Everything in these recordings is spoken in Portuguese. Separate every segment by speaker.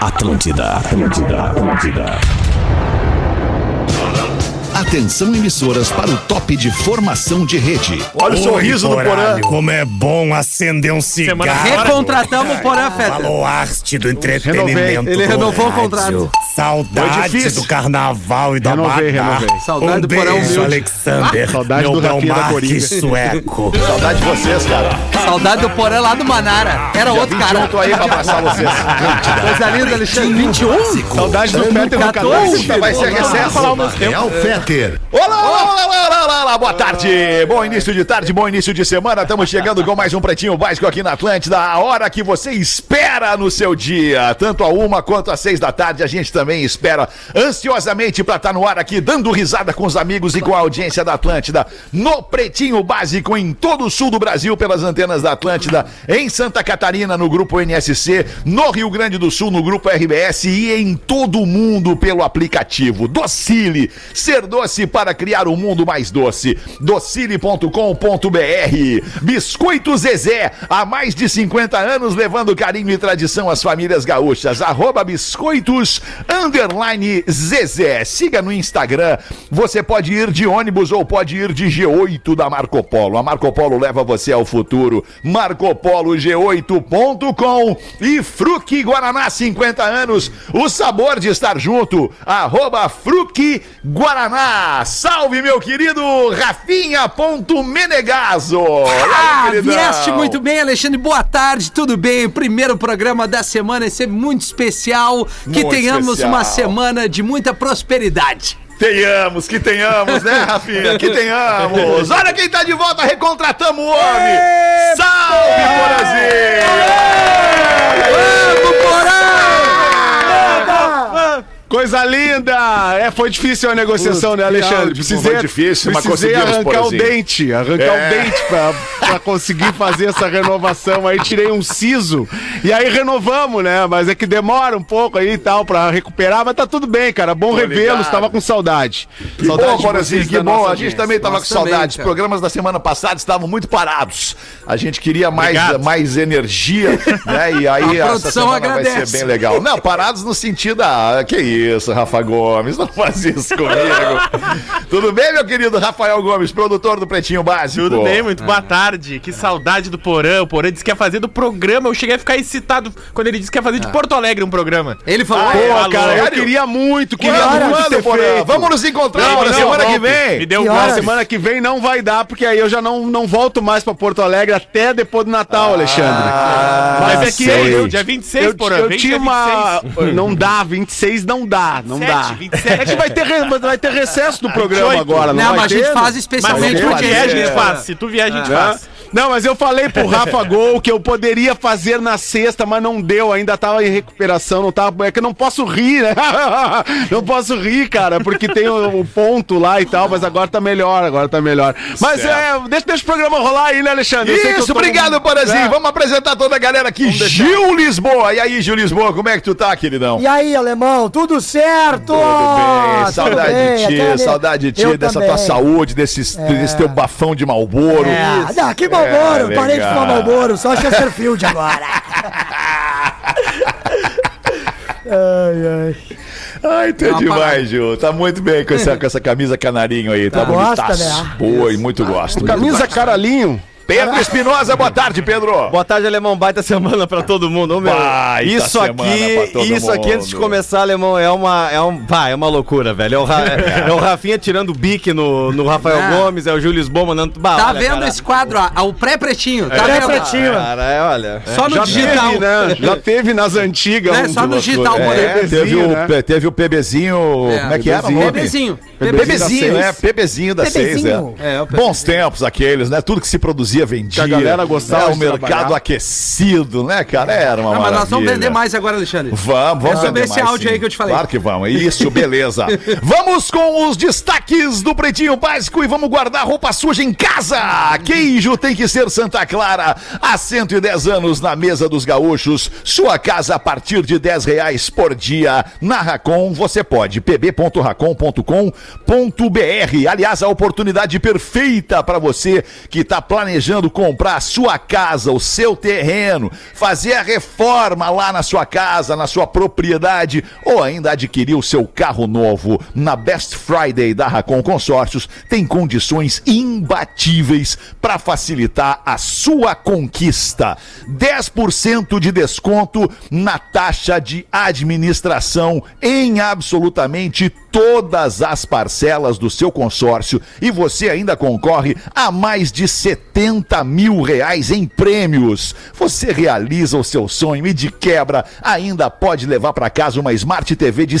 Speaker 1: Atlântida, Atlântida, Atlântida.
Speaker 2: Atenção emissoras para o top de formação de rede.
Speaker 3: Olha o sorriso do Porã.
Speaker 4: Poralho, Como é bom acender um
Speaker 5: Ah,
Speaker 4: cigarro.
Speaker 6: Recontratamos o Porã Feta.
Speaker 4: Baluarte do entretenimento.
Speaker 3: Renovei.
Speaker 6: Ele
Speaker 4: do
Speaker 6: renovou o
Speaker 4: rádio.
Speaker 6: contrato.
Speaker 3: Foi
Speaker 4: Saudade
Speaker 3: difícil.
Speaker 4: do carnaval e da
Speaker 3: Renovei,
Speaker 4: bata.
Speaker 3: renovei.
Speaker 6: Saudade
Speaker 4: um
Speaker 6: do Porão
Speaker 4: beijo,
Speaker 6: Humilde.
Speaker 4: Alexander.
Speaker 3: Saudade
Speaker 4: meu
Speaker 3: do Rafinha da
Speaker 4: Belmarque
Speaker 3: Coringa.
Speaker 4: sueco.
Speaker 3: Saudade de vocês, cara.
Speaker 6: Saudade do Porã lá do Manara. Era outro cara.
Speaker 3: Junto aí pra abraçar vocês.
Speaker 6: Coisa linda, Alexandre. 21?
Speaker 3: Saudade do Peter
Speaker 6: Rocador.
Speaker 3: Vai ser recesso.
Speaker 2: Real Fetter.
Speaker 3: Olá, olá, olá, olá, olá, olá, olá, boa tarde, bom início de tarde, bom início de semana. Estamos chegando com mais um Pretinho Básico aqui na Atlântida, a hora que você espera no seu dia. Tanto a uma quanto às seis da tarde, a gente também espera ansiosamente para estar no ar aqui, dando risada com os amigos e com a audiência da Atlântida. No Pretinho Básico, em todo o sul do Brasil, pelas antenas da Atlântida, em Santa Catarina, no grupo NSC, no Rio Grande do Sul, no grupo RBS e em todo o mundo pelo aplicativo. Docile, ser doce para criar um mundo mais doce. Docile.com.br. Biscoito Zezé, há mais de 50 anos levando carinho e tradição às famílias gaúchas. Arroba biscoitos, underline Zezé. Siga no Instagram. Você pode ir de ônibus ou pode ir de G8 da Marco Polo. A Marco Polo leva você ao futuro. MarcoPoloG8.com e Fruque Guaraná 50 anos. O sabor de estar junto. Arroba Fruque Guaraná. Salve, meu querido Rafinha.menegaso.
Speaker 6: Ah, vieste muito bem, Alexandre. Boa tarde, tudo bem? O primeiro programa da semana é sempre muito especial. Que
Speaker 3: Muito
Speaker 6: tenhamos
Speaker 3: especial.
Speaker 6: uma semana de muita prosperidade.
Speaker 3: Tenhamos, que tenhamos, né, Rafinha? Que tenhamos. Olha quem tá de volta, recontratamos o homem. Salve, Porazinho! Vamos,
Speaker 7: Coisa linda! É, foi difícil a negociação, né, Alexandre? Precisei,
Speaker 3: foi difícil, mas
Speaker 7: precisei
Speaker 3: conseguimos,
Speaker 7: arrancar o
Speaker 3: Porazinho.
Speaker 7: dente, arrancar
Speaker 3: É.
Speaker 7: o dente pra, pra conseguir fazer essa renovação. Aí tirei um siso e aí renovamos, né? Mas é que demora um pouco aí e tal pra recuperar, mas tá tudo bem, cara. Bom revê-los,
Speaker 3: ligado.
Speaker 7: tava com saudade.
Speaker 3: Que
Speaker 7: saudade
Speaker 3: bom,
Speaker 7: de
Speaker 3: Porazinho,
Speaker 7: vocês,
Speaker 3: que
Speaker 7: da
Speaker 3: bom.
Speaker 7: nossa
Speaker 3: A gente
Speaker 7: audiência.
Speaker 3: também tava com
Speaker 6: Nossa, também,
Speaker 3: saudade. Os
Speaker 6: cara.
Speaker 3: programas da semana passada estavam muito parados. A gente queria mais,
Speaker 7: Obrigado.
Speaker 3: mais energia, né? E aí
Speaker 6: A
Speaker 3: essa
Speaker 6: produção
Speaker 3: semana vai
Speaker 6: agradece.
Speaker 3: ser bem legal. Não, parados no sentido da... Que isso, Rafa Gomes, não faz isso comigo. Tudo bem, meu querido Rafael Gomes, produtor do Pretinho Básico?
Speaker 8: Tudo bem, muito boa tarde. Que saudade do Porã. O Porã disse que ia fazer do programa. Eu cheguei a ficar excitado quando ele disse que ia fazer
Speaker 3: Ah.
Speaker 8: de Porto Alegre um programa.
Speaker 6: Ele falou.
Speaker 8: é?
Speaker 7: Pô,
Speaker 8: Alô,
Speaker 7: cara, eu
Speaker 8: sério?
Speaker 7: queria muito, queria
Speaker 3: Quando,
Speaker 7: muito
Speaker 3: quando,
Speaker 7: ter
Speaker 3: Porã?
Speaker 7: feito.
Speaker 3: Vamos nos encontrar
Speaker 8: Não,
Speaker 3: na
Speaker 8: não,
Speaker 3: semana que
Speaker 8: golpe.
Speaker 3: vem.
Speaker 8: Me deu
Speaker 6: Que
Speaker 8: golpe.
Speaker 7: Na um semana que vem não vai dar, porque aí eu já não, não volto mais pra Porto Alegre até depois do
Speaker 3: Ah,
Speaker 7: Natal, Alexandre.
Speaker 8: Mas é
Speaker 7: Mas
Speaker 8: que
Speaker 7: sei.
Speaker 8: eu, dia 26,
Speaker 7: eu,
Speaker 8: Porã.
Speaker 7: eu
Speaker 8: vem
Speaker 7: tinha
Speaker 8: dia
Speaker 7: uma. Não dá, 26 não dá, não
Speaker 8: Sete,
Speaker 7: dá.
Speaker 8: 27.
Speaker 7: É que vai ter, re- vai ter recesso do programa
Speaker 8: 28.
Speaker 7: agora, não,
Speaker 6: Não,
Speaker 7: vai
Speaker 6: mas a
Speaker 7: ter?
Speaker 3: né?"
Speaker 7: né?
Speaker 6: gente
Speaker 3: é
Speaker 6: faz
Speaker 8: Mas né? se
Speaker 6: especialmente
Speaker 8: tu
Speaker 7: Valeu,
Speaker 6: pro
Speaker 8: vier, a
Speaker 6: dia.
Speaker 8: gente faz. Se tu vier, a gente
Speaker 7: Né?
Speaker 8: faz.
Speaker 7: Não, mas eu falei pro Rafa Gol que eu poderia fazer na sexta, mas não deu, ainda tava em recuperação, não tava. É que eu não posso rir, né? Não posso rir, cara, porque tem o, o ponto lá e tal, mas agora tá melhor, agora tá melhor. Mas é, deixa, deixa o programa rolar aí, né, Alexandre? Eu sei que eu
Speaker 3: Isso,
Speaker 7: tô-
Speaker 3: obrigado, Porazinho.
Speaker 7: É.
Speaker 3: Vamos apresentar toda a galera aqui. Gil Lisboa. E aí, Gil Lisboa, como é que tu tá, queridão?
Speaker 9: E aí, alemão, tudo certo?
Speaker 3: Tudo bem,
Speaker 9: Tudo
Speaker 3: saudade de
Speaker 9: bem,
Speaker 3: ti,
Speaker 9: até ali-
Speaker 3: saudade de ti,
Speaker 9: Eu
Speaker 3: dessa
Speaker 9: também. É.
Speaker 3: tua saúde, desse, desse teu bafão de malboro.
Speaker 9: Ah, não, que Malboro,
Speaker 3: É,
Speaker 9: parei de
Speaker 3: legal.
Speaker 9: fumar Malboro, só Chesterfield agora. ai, ai.
Speaker 3: Ai, tu é
Speaker 6: Uma parada.
Speaker 3: demais, Gil. Tá muito bem com essa, com essa camisa canarinho aí, tá
Speaker 9: Gosta,
Speaker 3: bonitaço.
Speaker 9: né?
Speaker 3: Boa, e muito gosto.
Speaker 7: Camisa Caralinho.
Speaker 3: Pedro Espinosa, boa tarde, Pedro.
Speaker 10: Boa tarde, alemão. Baita semana pra todo mundo. Ô, meu,
Speaker 3: Baita
Speaker 10: isso
Speaker 3: semana pra
Speaker 10: aqui,
Speaker 3: todo
Speaker 10: isso aqui antes de
Speaker 3: mundo.
Speaker 10: começar, alemão, é uma, é um, pá, é uma loucura, velho. É o, Ra- é o Rafinha tirando o bique no, no Rafael
Speaker 6: Ah.
Speaker 10: Gomes, é o Júlio Lisboa mandando. Bah,
Speaker 6: Tá
Speaker 10: olha,
Speaker 6: vendo
Speaker 10: cara.
Speaker 6: esse quadro? ó, O pré-pretinho. Tá vendo?
Speaker 9: Pré-pretinho.
Speaker 10: Cara, é, olha.
Speaker 6: Só no digital.
Speaker 7: Teve, né? Já teve nas antigas.
Speaker 6: Né?
Speaker 7: um
Speaker 6: Só no
Speaker 7: piloto.
Speaker 6: digital,
Speaker 3: É,
Speaker 6: Moreira.
Speaker 3: teve, o,
Speaker 7: né?
Speaker 3: pe- teve o PBzinho. Como é que era o nome?
Speaker 6: Bebezinho.
Speaker 3: Bebezinho,
Speaker 7: da
Speaker 3: é,
Speaker 7: seis.
Speaker 3: Bebezinho da seis,
Speaker 9: Bebezinho.
Speaker 3: é. Bons tempos aqueles, né? Tudo que se produzia vendia.
Speaker 7: Que a galera gostava
Speaker 3: né? O
Speaker 7: de
Speaker 3: mercado
Speaker 7: trabalhar.
Speaker 3: aquecido, né, cara? Era uma
Speaker 6: Ah, mas
Speaker 3: maravilha.
Speaker 6: nós vamos vender mais agora, Alexandre.
Speaker 3: Vamos, vamos
Speaker 6: sobre
Speaker 3: vender
Speaker 6: esse
Speaker 3: mais,
Speaker 6: áudio aí que eu te falei.
Speaker 3: Claro que vamos. é Isso, beleza. vamos com os destaques do Pretinho Básico e vamos guardar roupa suja em casa. Queijo tem que ser Santa Clara. Há 110 anos na mesa dos gaúchos. Sua casa a partir de 10 reais por dia. Na Racon você pode. pb.racon.com.br Aliás, a oportunidade perfeita para você que está planejando planejando comprar a sua casa, o seu terreno, fazer a reforma lá na sua casa, na sua propriedade ou ainda adquirir o seu carro novo, na Best Friday da Racon Consórcios tem condições imbatíveis para facilitar a sua conquista. 10% de desconto na taxa de administração em absolutamente todas as parcelas do seu consórcio e você ainda concorre a mais de 70 mil reais em prêmios. Você realiza o seu sonho e de quebra ainda pode levar para casa uma Smart TV de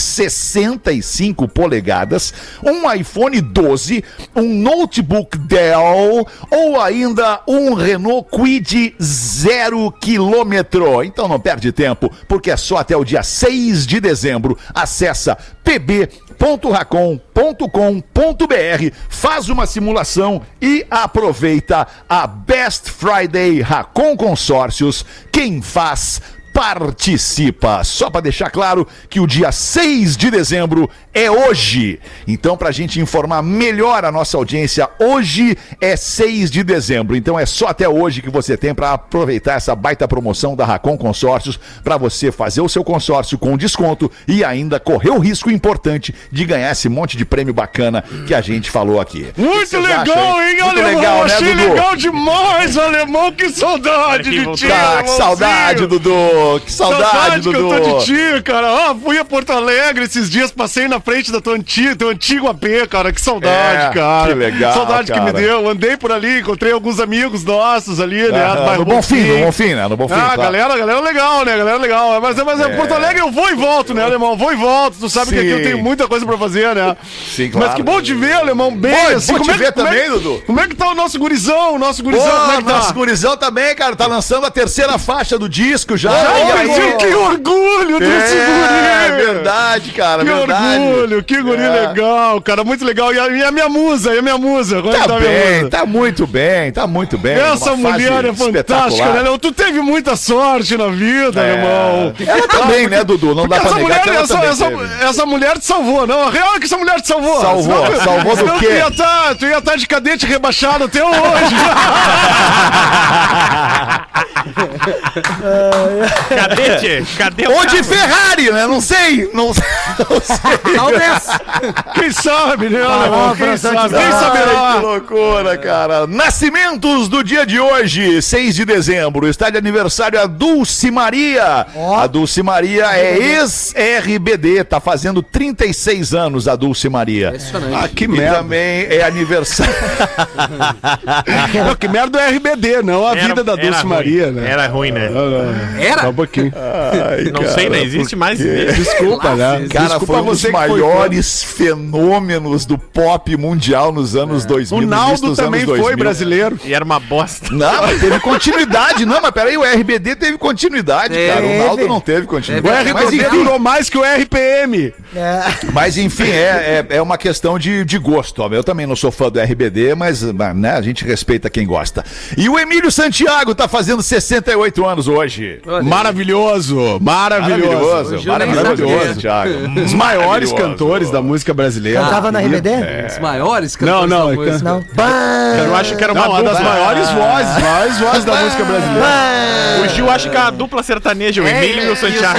Speaker 3: 65 polegadas, um iPhone 12, um notebook Dell ou ainda um Renault Quid zero quilômetro. Então não perde tempo, porque é só até o dia 6 de dezembro. Acessa pb.racon.com.br, faz uma simulação e aproveita a Best Friday Racon Consórcios. Quem faz participa. Só para deixar claro que o dia 6 de dezembro é hoje. Então, para a gente informar melhor a nossa audiência, hoje é 6 de dezembro. Então, é só até hoje que você tem para aproveitar essa baita promoção da Racon Consórcios para você fazer o seu consórcio com desconto e ainda correr o risco importante de ganhar esse monte de prêmio bacana que a gente falou aqui. O que
Speaker 7: Muito
Speaker 3: vocês
Speaker 7: legal,
Speaker 3: acham,
Speaker 7: hein,
Speaker 3: Muito
Speaker 7: alemão?
Speaker 3: legal, né,
Speaker 7: Achei
Speaker 3: Dudu?
Speaker 7: legal demais, alemão. Que saudade de
Speaker 3: Tá, que
Speaker 7: ti, alemãozinho.
Speaker 3: saudade, Dudu! Que saudade,
Speaker 7: Saudade que
Speaker 3: Dudu!
Speaker 7: eu tô de ti, cara. Ah, fui a Porto Alegre esses dias, passei na frente da tua antiga, teu antigo AP, cara. Que saudade,
Speaker 3: É,
Speaker 7: cara.
Speaker 3: que legal,
Speaker 7: Saudade que
Speaker 3: cara.
Speaker 7: me deu. Andei por ali, encontrei alguns amigos nossos ali, né?
Speaker 3: Ah,
Speaker 7: do bairro
Speaker 3: no bom fim,
Speaker 7: Bonfim.
Speaker 3: no bom fim, né? No bom fim.
Speaker 7: Ah,
Speaker 3: claro.
Speaker 7: galera, galera legal, né? Galera legal. Mas, mas é. Porto Alegre eu vou e volto, né, alemão? Vou e volto. Tu sabe que aqui eu
Speaker 3: Sim.
Speaker 7: tenho muita coisa pra fazer, né?
Speaker 3: Sim, claro.
Speaker 7: Mas que bom te ver, alemão. Bem,
Speaker 3: Bom,
Speaker 7: assim,
Speaker 3: bom
Speaker 7: como
Speaker 3: te
Speaker 7: é que-
Speaker 3: ver
Speaker 7: como é que-
Speaker 3: também, Dudu.
Speaker 7: Como é que tá o nosso gurizão? O nosso
Speaker 3: Pô,
Speaker 7: gurizão, como é que tá?
Speaker 3: nosso gurizão também, cara, tá lançando a terceira faixa do disco já.
Speaker 7: Ai,
Speaker 3: E aí,
Speaker 7: Brasil, que orgulho desse
Speaker 3: é,
Speaker 7: guri!
Speaker 3: verdade, cara,
Speaker 7: Que
Speaker 3: verdade.
Speaker 7: orgulho, que guri
Speaker 3: É.
Speaker 7: legal, cara, muito legal. E a, e a minha musa, e a minha musa, como é
Speaker 3: Tá,
Speaker 7: que tá a minha
Speaker 3: bem,
Speaker 7: musa?
Speaker 3: tá muito bem, tá muito bem.
Speaker 7: Essa
Speaker 3: Uma fase
Speaker 7: mulher é fantástica,
Speaker 3: espetacular.
Speaker 7: né, Leão? Tu teve muita sorte na vida,
Speaker 3: É.
Speaker 7: irmão.
Speaker 3: Ela também, né, Dudu? Não dá pra
Speaker 7: Essa
Speaker 3: negar
Speaker 7: mulher, é
Speaker 3: que ela
Speaker 7: essa,
Speaker 3: também
Speaker 7: essa-
Speaker 3: teve.
Speaker 7: essa mulher te salvou, não. A real é que essa mulher te salvou.
Speaker 3: Salvou,
Speaker 7: Senão-
Speaker 3: salvou do
Speaker 7: senão
Speaker 3: quê?
Speaker 7: Tu ia tá, estar de cadete rebaixado até hoje.
Speaker 8: Cadete, cadê o
Speaker 3: Ou de
Speaker 8: carro?
Speaker 3: Ferrari, né? Não sei, não sei. Não sei.
Speaker 6: Talvez.
Speaker 7: Quem sabe, né,
Speaker 3: Ah,
Speaker 7: alemão? Quem
Speaker 9: Francisco,
Speaker 7: sabe? né? Quem
Speaker 3: Ai,
Speaker 7: saberá?
Speaker 3: que loucura, cara. Nascimentos do dia de hoje, 6 de dezembro. Está de aniversário a Dulce Maria. A Dulce Maria é ex-RBD, tá fazendo 36 anos a Dulce Maria. Ah,
Speaker 6: Impressionante.
Speaker 3: que merda. E também é aniversário.
Speaker 7: Não, que merda é RBD, não a
Speaker 8: Era-
Speaker 7: vida da
Speaker 8: era
Speaker 7: Dulce
Speaker 8: ruim.
Speaker 7: Maria, né?
Speaker 8: Era ruim, né?
Speaker 10: Ah,
Speaker 7: Só
Speaker 6: Era?
Speaker 7: um pouquinho.
Speaker 8: Não sei, não existe mais.
Speaker 7: Desculpa, né?
Speaker 3: Cara,
Speaker 7: Desculpa
Speaker 3: foi um dos
Speaker 7: você que foi
Speaker 3: maiores fenômenos do pop mundial nos anos 2000.
Speaker 7: É.
Speaker 3: no
Speaker 7: O
Speaker 3: início
Speaker 7: Naldo
Speaker 3: dos
Speaker 7: também
Speaker 3: anos
Speaker 7: foi
Speaker 3: 2000.
Speaker 7: brasileiro.
Speaker 8: E era uma bosta.
Speaker 3: Não, mas teve continuidade. Não, mas peraí, o RBD teve continuidade, cara. O
Speaker 9: Teve.
Speaker 3: Naldo não teve
Speaker 7: O
Speaker 3: continuidade.
Speaker 6: Teve.
Speaker 3: Mas
Speaker 7: RBD
Speaker 3: enfim,
Speaker 7: durou mais que o RPM.
Speaker 9: É.
Speaker 3: Mas enfim, é, é, é uma questão de, de gosto. ó. Eu também não sou fã do RBD, mas mas, né, a gente respeita quem gosta. E o Emílio Santiago tá fazendo 68 anos hoje.
Speaker 7: Maravilhoso, um maravilhoso.
Speaker 3: Maravilhoso,
Speaker 6: Hoje eu nem sabia.
Speaker 3: maravilhoso, Santiago.
Speaker 7: Um dos maiores cantores da música brasileira.
Speaker 9: Cantava na RBD?
Speaker 6: Os maiores
Speaker 7: Não,
Speaker 6: cantores
Speaker 7: não,
Speaker 6: da
Speaker 7: é
Speaker 6: música.
Speaker 9: Não.
Speaker 8: Eu acho que era uma
Speaker 7: Não, uma
Speaker 8: dupla.
Speaker 7: das
Speaker 3: Ah.
Speaker 7: maiores vozes, maiores vozes da música brasileira.
Speaker 8: O Gil acha que é a dupla sertaneja, o
Speaker 6: É,
Speaker 8: Emílio e o Santiago.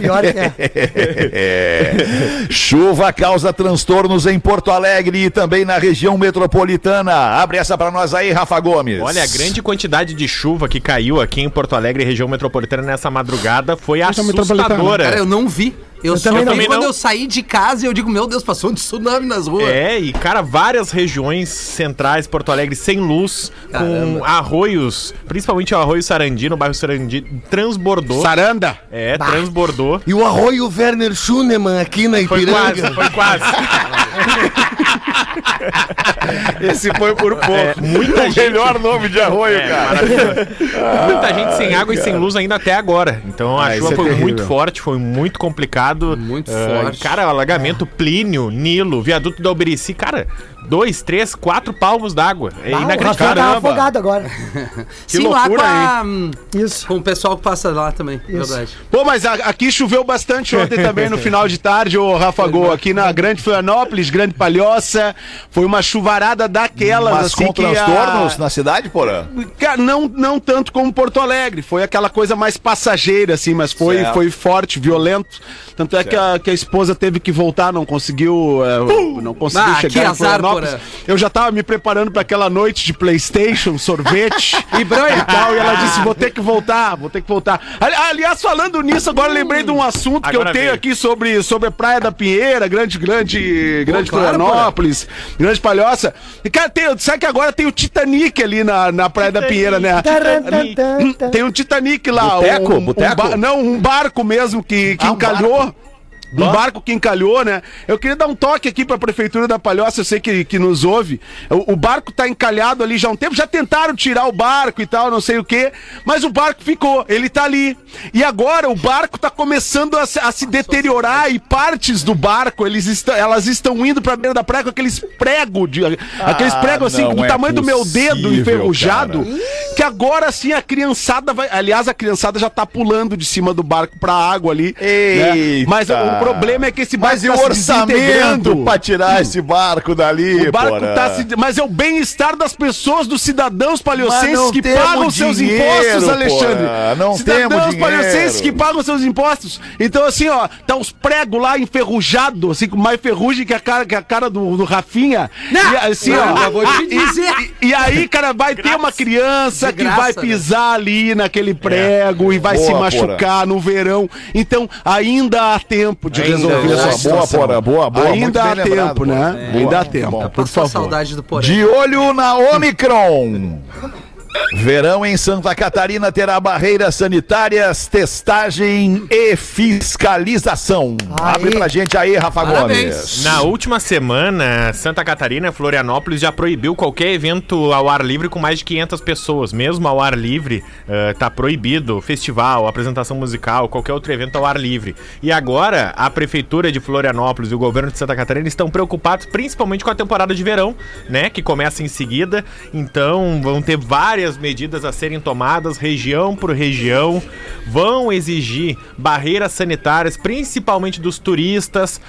Speaker 9: Pior que é.
Speaker 3: É. Chuva causa transtornos em Porto Alegre e também na região metropolitana. Abre essa pra nós aí, Rafa Gomes.
Speaker 8: Olha, a grande quantidade de chuva que caiu aqui em Porto Alegre, e região metropolitana, nessa madrugada foi
Speaker 7: É.
Speaker 6: Cara,
Speaker 8: assustadora.
Speaker 6: eu não vi. Eu, só
Speaker 8: também
Speaker 6: vi
Speaker 8: não vi,
Speaker 6: quando
Speaker 8: não.
Speaker 6: eu saí de casa e eu digo, meu Deus, passou um tsunami nas ruas.
Speaker 8: É, e cara, várias regiões centrais, Porto Alegre, sem luz, com
Speaker 6: Caramba.
Speaker 8: arroios, principalmente o arroio Sarandi, no bairro Sarandi, transbordou.
Speaker 7: Saranda.
Speaker 8: é, transbordou.
Speaker 11: E o Arroio Werner Schunemann aqui na
Speaker 8: Foi quase,
Speaker 11: Ipiranga.
Speaker 8: foi quase.
Speaker 3: Esse foi por pouco.
Speaker 8: É, muita gente.
Speaker 3: Melhor nome de arroio,
Speaker 8: É,
Speaker 3: cara.
Speaker 8: maravilhoso. Muita gente sem água e sem luz ainda até agora. Então
Speaker 3: Ah,
Speaker 8: a chuva
Speaker 7: isso é
Speaker 8: foi
Speaker 7: terrível.
Speaker 8: muito forte, foi muito complicado.
Speaker 6: Muito
Speaker 8: Ah,
Speaker 6: forte.
Speaker 8: Cara, alagamento Plínio, Nilo, viaduto da Alberici, cara, dois, três, quatro palmos d'água. É
Speaker 9: Ah, o Rafinha
Speaker 8: inacreditável.
Speaker 9: tá
Speaker 8: Caramba.
Speaker 9: afogado agora.
Speaker 6: Sim, lá com,
Speaker 7: loucura,
Speaker 6: a- hum,
Speaker 9: Isso.
Speaker 6: com o pessoal que passa lá também, verdade.
Speaker 7: Pô, mas a- aqui choveu bastante ontem também no final de tarde, ô Rafa Gol, aqui na Grande Florianópolis, Grande Palhoça. Foi uma chuvarada daquelas,
Speaker 3: Mas
Speaker 7: assim,
Speaker 3: com
Speaker 7: que a-
Speaker 3: transtornos na cidade, porã?
Speaker 7: Cara, não, não tanto como Porto Alegre. Foi aquela coisa mais passageira, assim, mas foi,
Speaker 3: Certo.
Speaker 7: foi forte, violento. Tanto é que a, que a esposa teve que voltar, não conseguiu. eh, não conseguiu
Speaker 6: Ah, que
Speaker 7: chegar
Speaker 6: azar,
Speaker 7: Florianópolis.
Speaker 6: Porã.
Speaker 7: Eu já tava me preparando para aquela noite de Playstation, sorvete
Speaker 6: E Bronha?
Speaker 7: e tal. E ela disse: vou ter que voltar, vou ter que voltar. Ali- Aliás, falando nisso, agora lembrei de um assunto que eu
Speaker 8: Agora
Speaker 7: tenho
Speaker 8: veio.
Speaker 7: aqui sobre, sobre a Praia da Pinheira, grande, grande, grande
Speaker 6: claro,
Speaker 7: Florianópolis, grande Palhoça. E, cara, tem, sabe que agora tem o Titanic ali na, na Praia da Pinheira, né?
Speaker 9: Taran, tan, tan, tan.
Speaker 7: Tem um Titanic lá.
Speaker 3: Boteco?
Speaker 7: um, um
Speaker 3: Boteco?
Speaker 7: ba- não, um barco mesmo que, que
Speaker 3: Ah, um
Speaker 7: encalhou.
Speaker 3: barco.
Speaker 7: Um barco que encalhou, né? Eu queria dar um toque aqui pra Prefeitura da Palhoça, eu sei que, que nos ouve. O, o barco tá encalhado ali já há um tempo, já tentaram tirar o barco e tal, não sei o quê, mas o barco ficou, ele tá ali. E agora o barco tá começando a, se- a se deteriorar e partes do barco, eles estão, elas estão indo pra beira da praia com aqueles pregos, de, aqueles pregos assim,
Speaker 3: não
Speaker 7: do
Speaker 3: é
Speaker 7: tamanho do meu dedo
Speaker 3: possível,
Speaker 7: enferrujado,
Speaker 3: cara.
Speaker 7: que agora sim a criançada vai. Aliás, a criançada já tá pulando de cima do barco pra água ali. né?
Speaker 3: Eita.
Speaker 7: Mas o o problema é que esse barco
Speaker 3: Mas e o
Speaker 7: tá se
Speaker 3: orçamento
Speaker 7: desintegrando.
Speaker 3: pra tirar esse barco dali,
Speaker 7: O barco
Speaker 3: porã?
Speaker 7: tá se. Mas é o bem-estar das pessoas, dos cidadãos
Speaker 3: Mas
Speaker 7: paleocenses
Speaker 3: não
Speaker 7: que
Speaker 3: temos
Speaker 7: pagam seus
Speaker 3: dinheiro,
Speaker 7: impostos, Alexandre.
Speaker 3: porra, não temos
Speaker 7: cidadãos
Speaker 3: dinheiro.
Speaker 7: paleocenses que pagam seus impostos. Então, assim, ó, tá os pregos lá enferrujados, assim, com mais ferrugem que a cara, que a cara do, do Rafinha. E, assim,
Speaker 6: Não,
Speaker 7: ó,
Speaker 6: eu vou te dizer.
Speaker 7: e aí, cara, vai ter uma criança
Speaker 6: De
Speaker 7: que
Speaker 6: graça, né?
Speaker 7: vai pisar ali naquele prego e
Speaker 3: É.
Speaker 7: vai
Speaker 3: Boa,
Speaker 7: se
Speaker 3: Porã.
Speaker 7: machucar no verão. Então, ainda há tempo de resolver
Speaker 3: boa,
Speaker 7: essa situação.
Speaker 3: boa, Porã, boa, boa, muito
Speaker 7: Ainda há
Speaker 3: bem lembrado,
Speaker 7: tempo,
Speaker 3: Porã.
Speaker 7: né?
Speaker 3: Boa.
Speaker 7: Ainda há tempo,
Speaker 3: Bom,
Speaker 7: por
Speaker 6: Passou a
Speaker 7: favor.
Speaker 6: saudade do porém.
Speaker 3: De olho na Omicron. Verão em Santa Catarina terá barreiras sanitárias, testagem e fiscalização.
Speaker 9: Aí.
Speaker 3: Abre pra gente aí, Rafa
Speaker 6: Parabéns.
Speaker 3: Gomes.
Speaker 8: Na última semana, Santa Catarina, Florianópolis já proibiu qualquer evento ao ar livre com mais de 500 pessoas. Mesmo ao ar livre, eh, tá proibido festival, apresentação musical, qualquer outro evento ao ar livre. E agora, a prefeitura de Florianópolis e o governo de Santa Catarina estão preocupados principalmente com a temporada de verão, né, que começa em seguida. Então, vão ter várias medidas a serem tomadas região por região. Vão exigir barreiras sanitárias, principalmente dos turistas,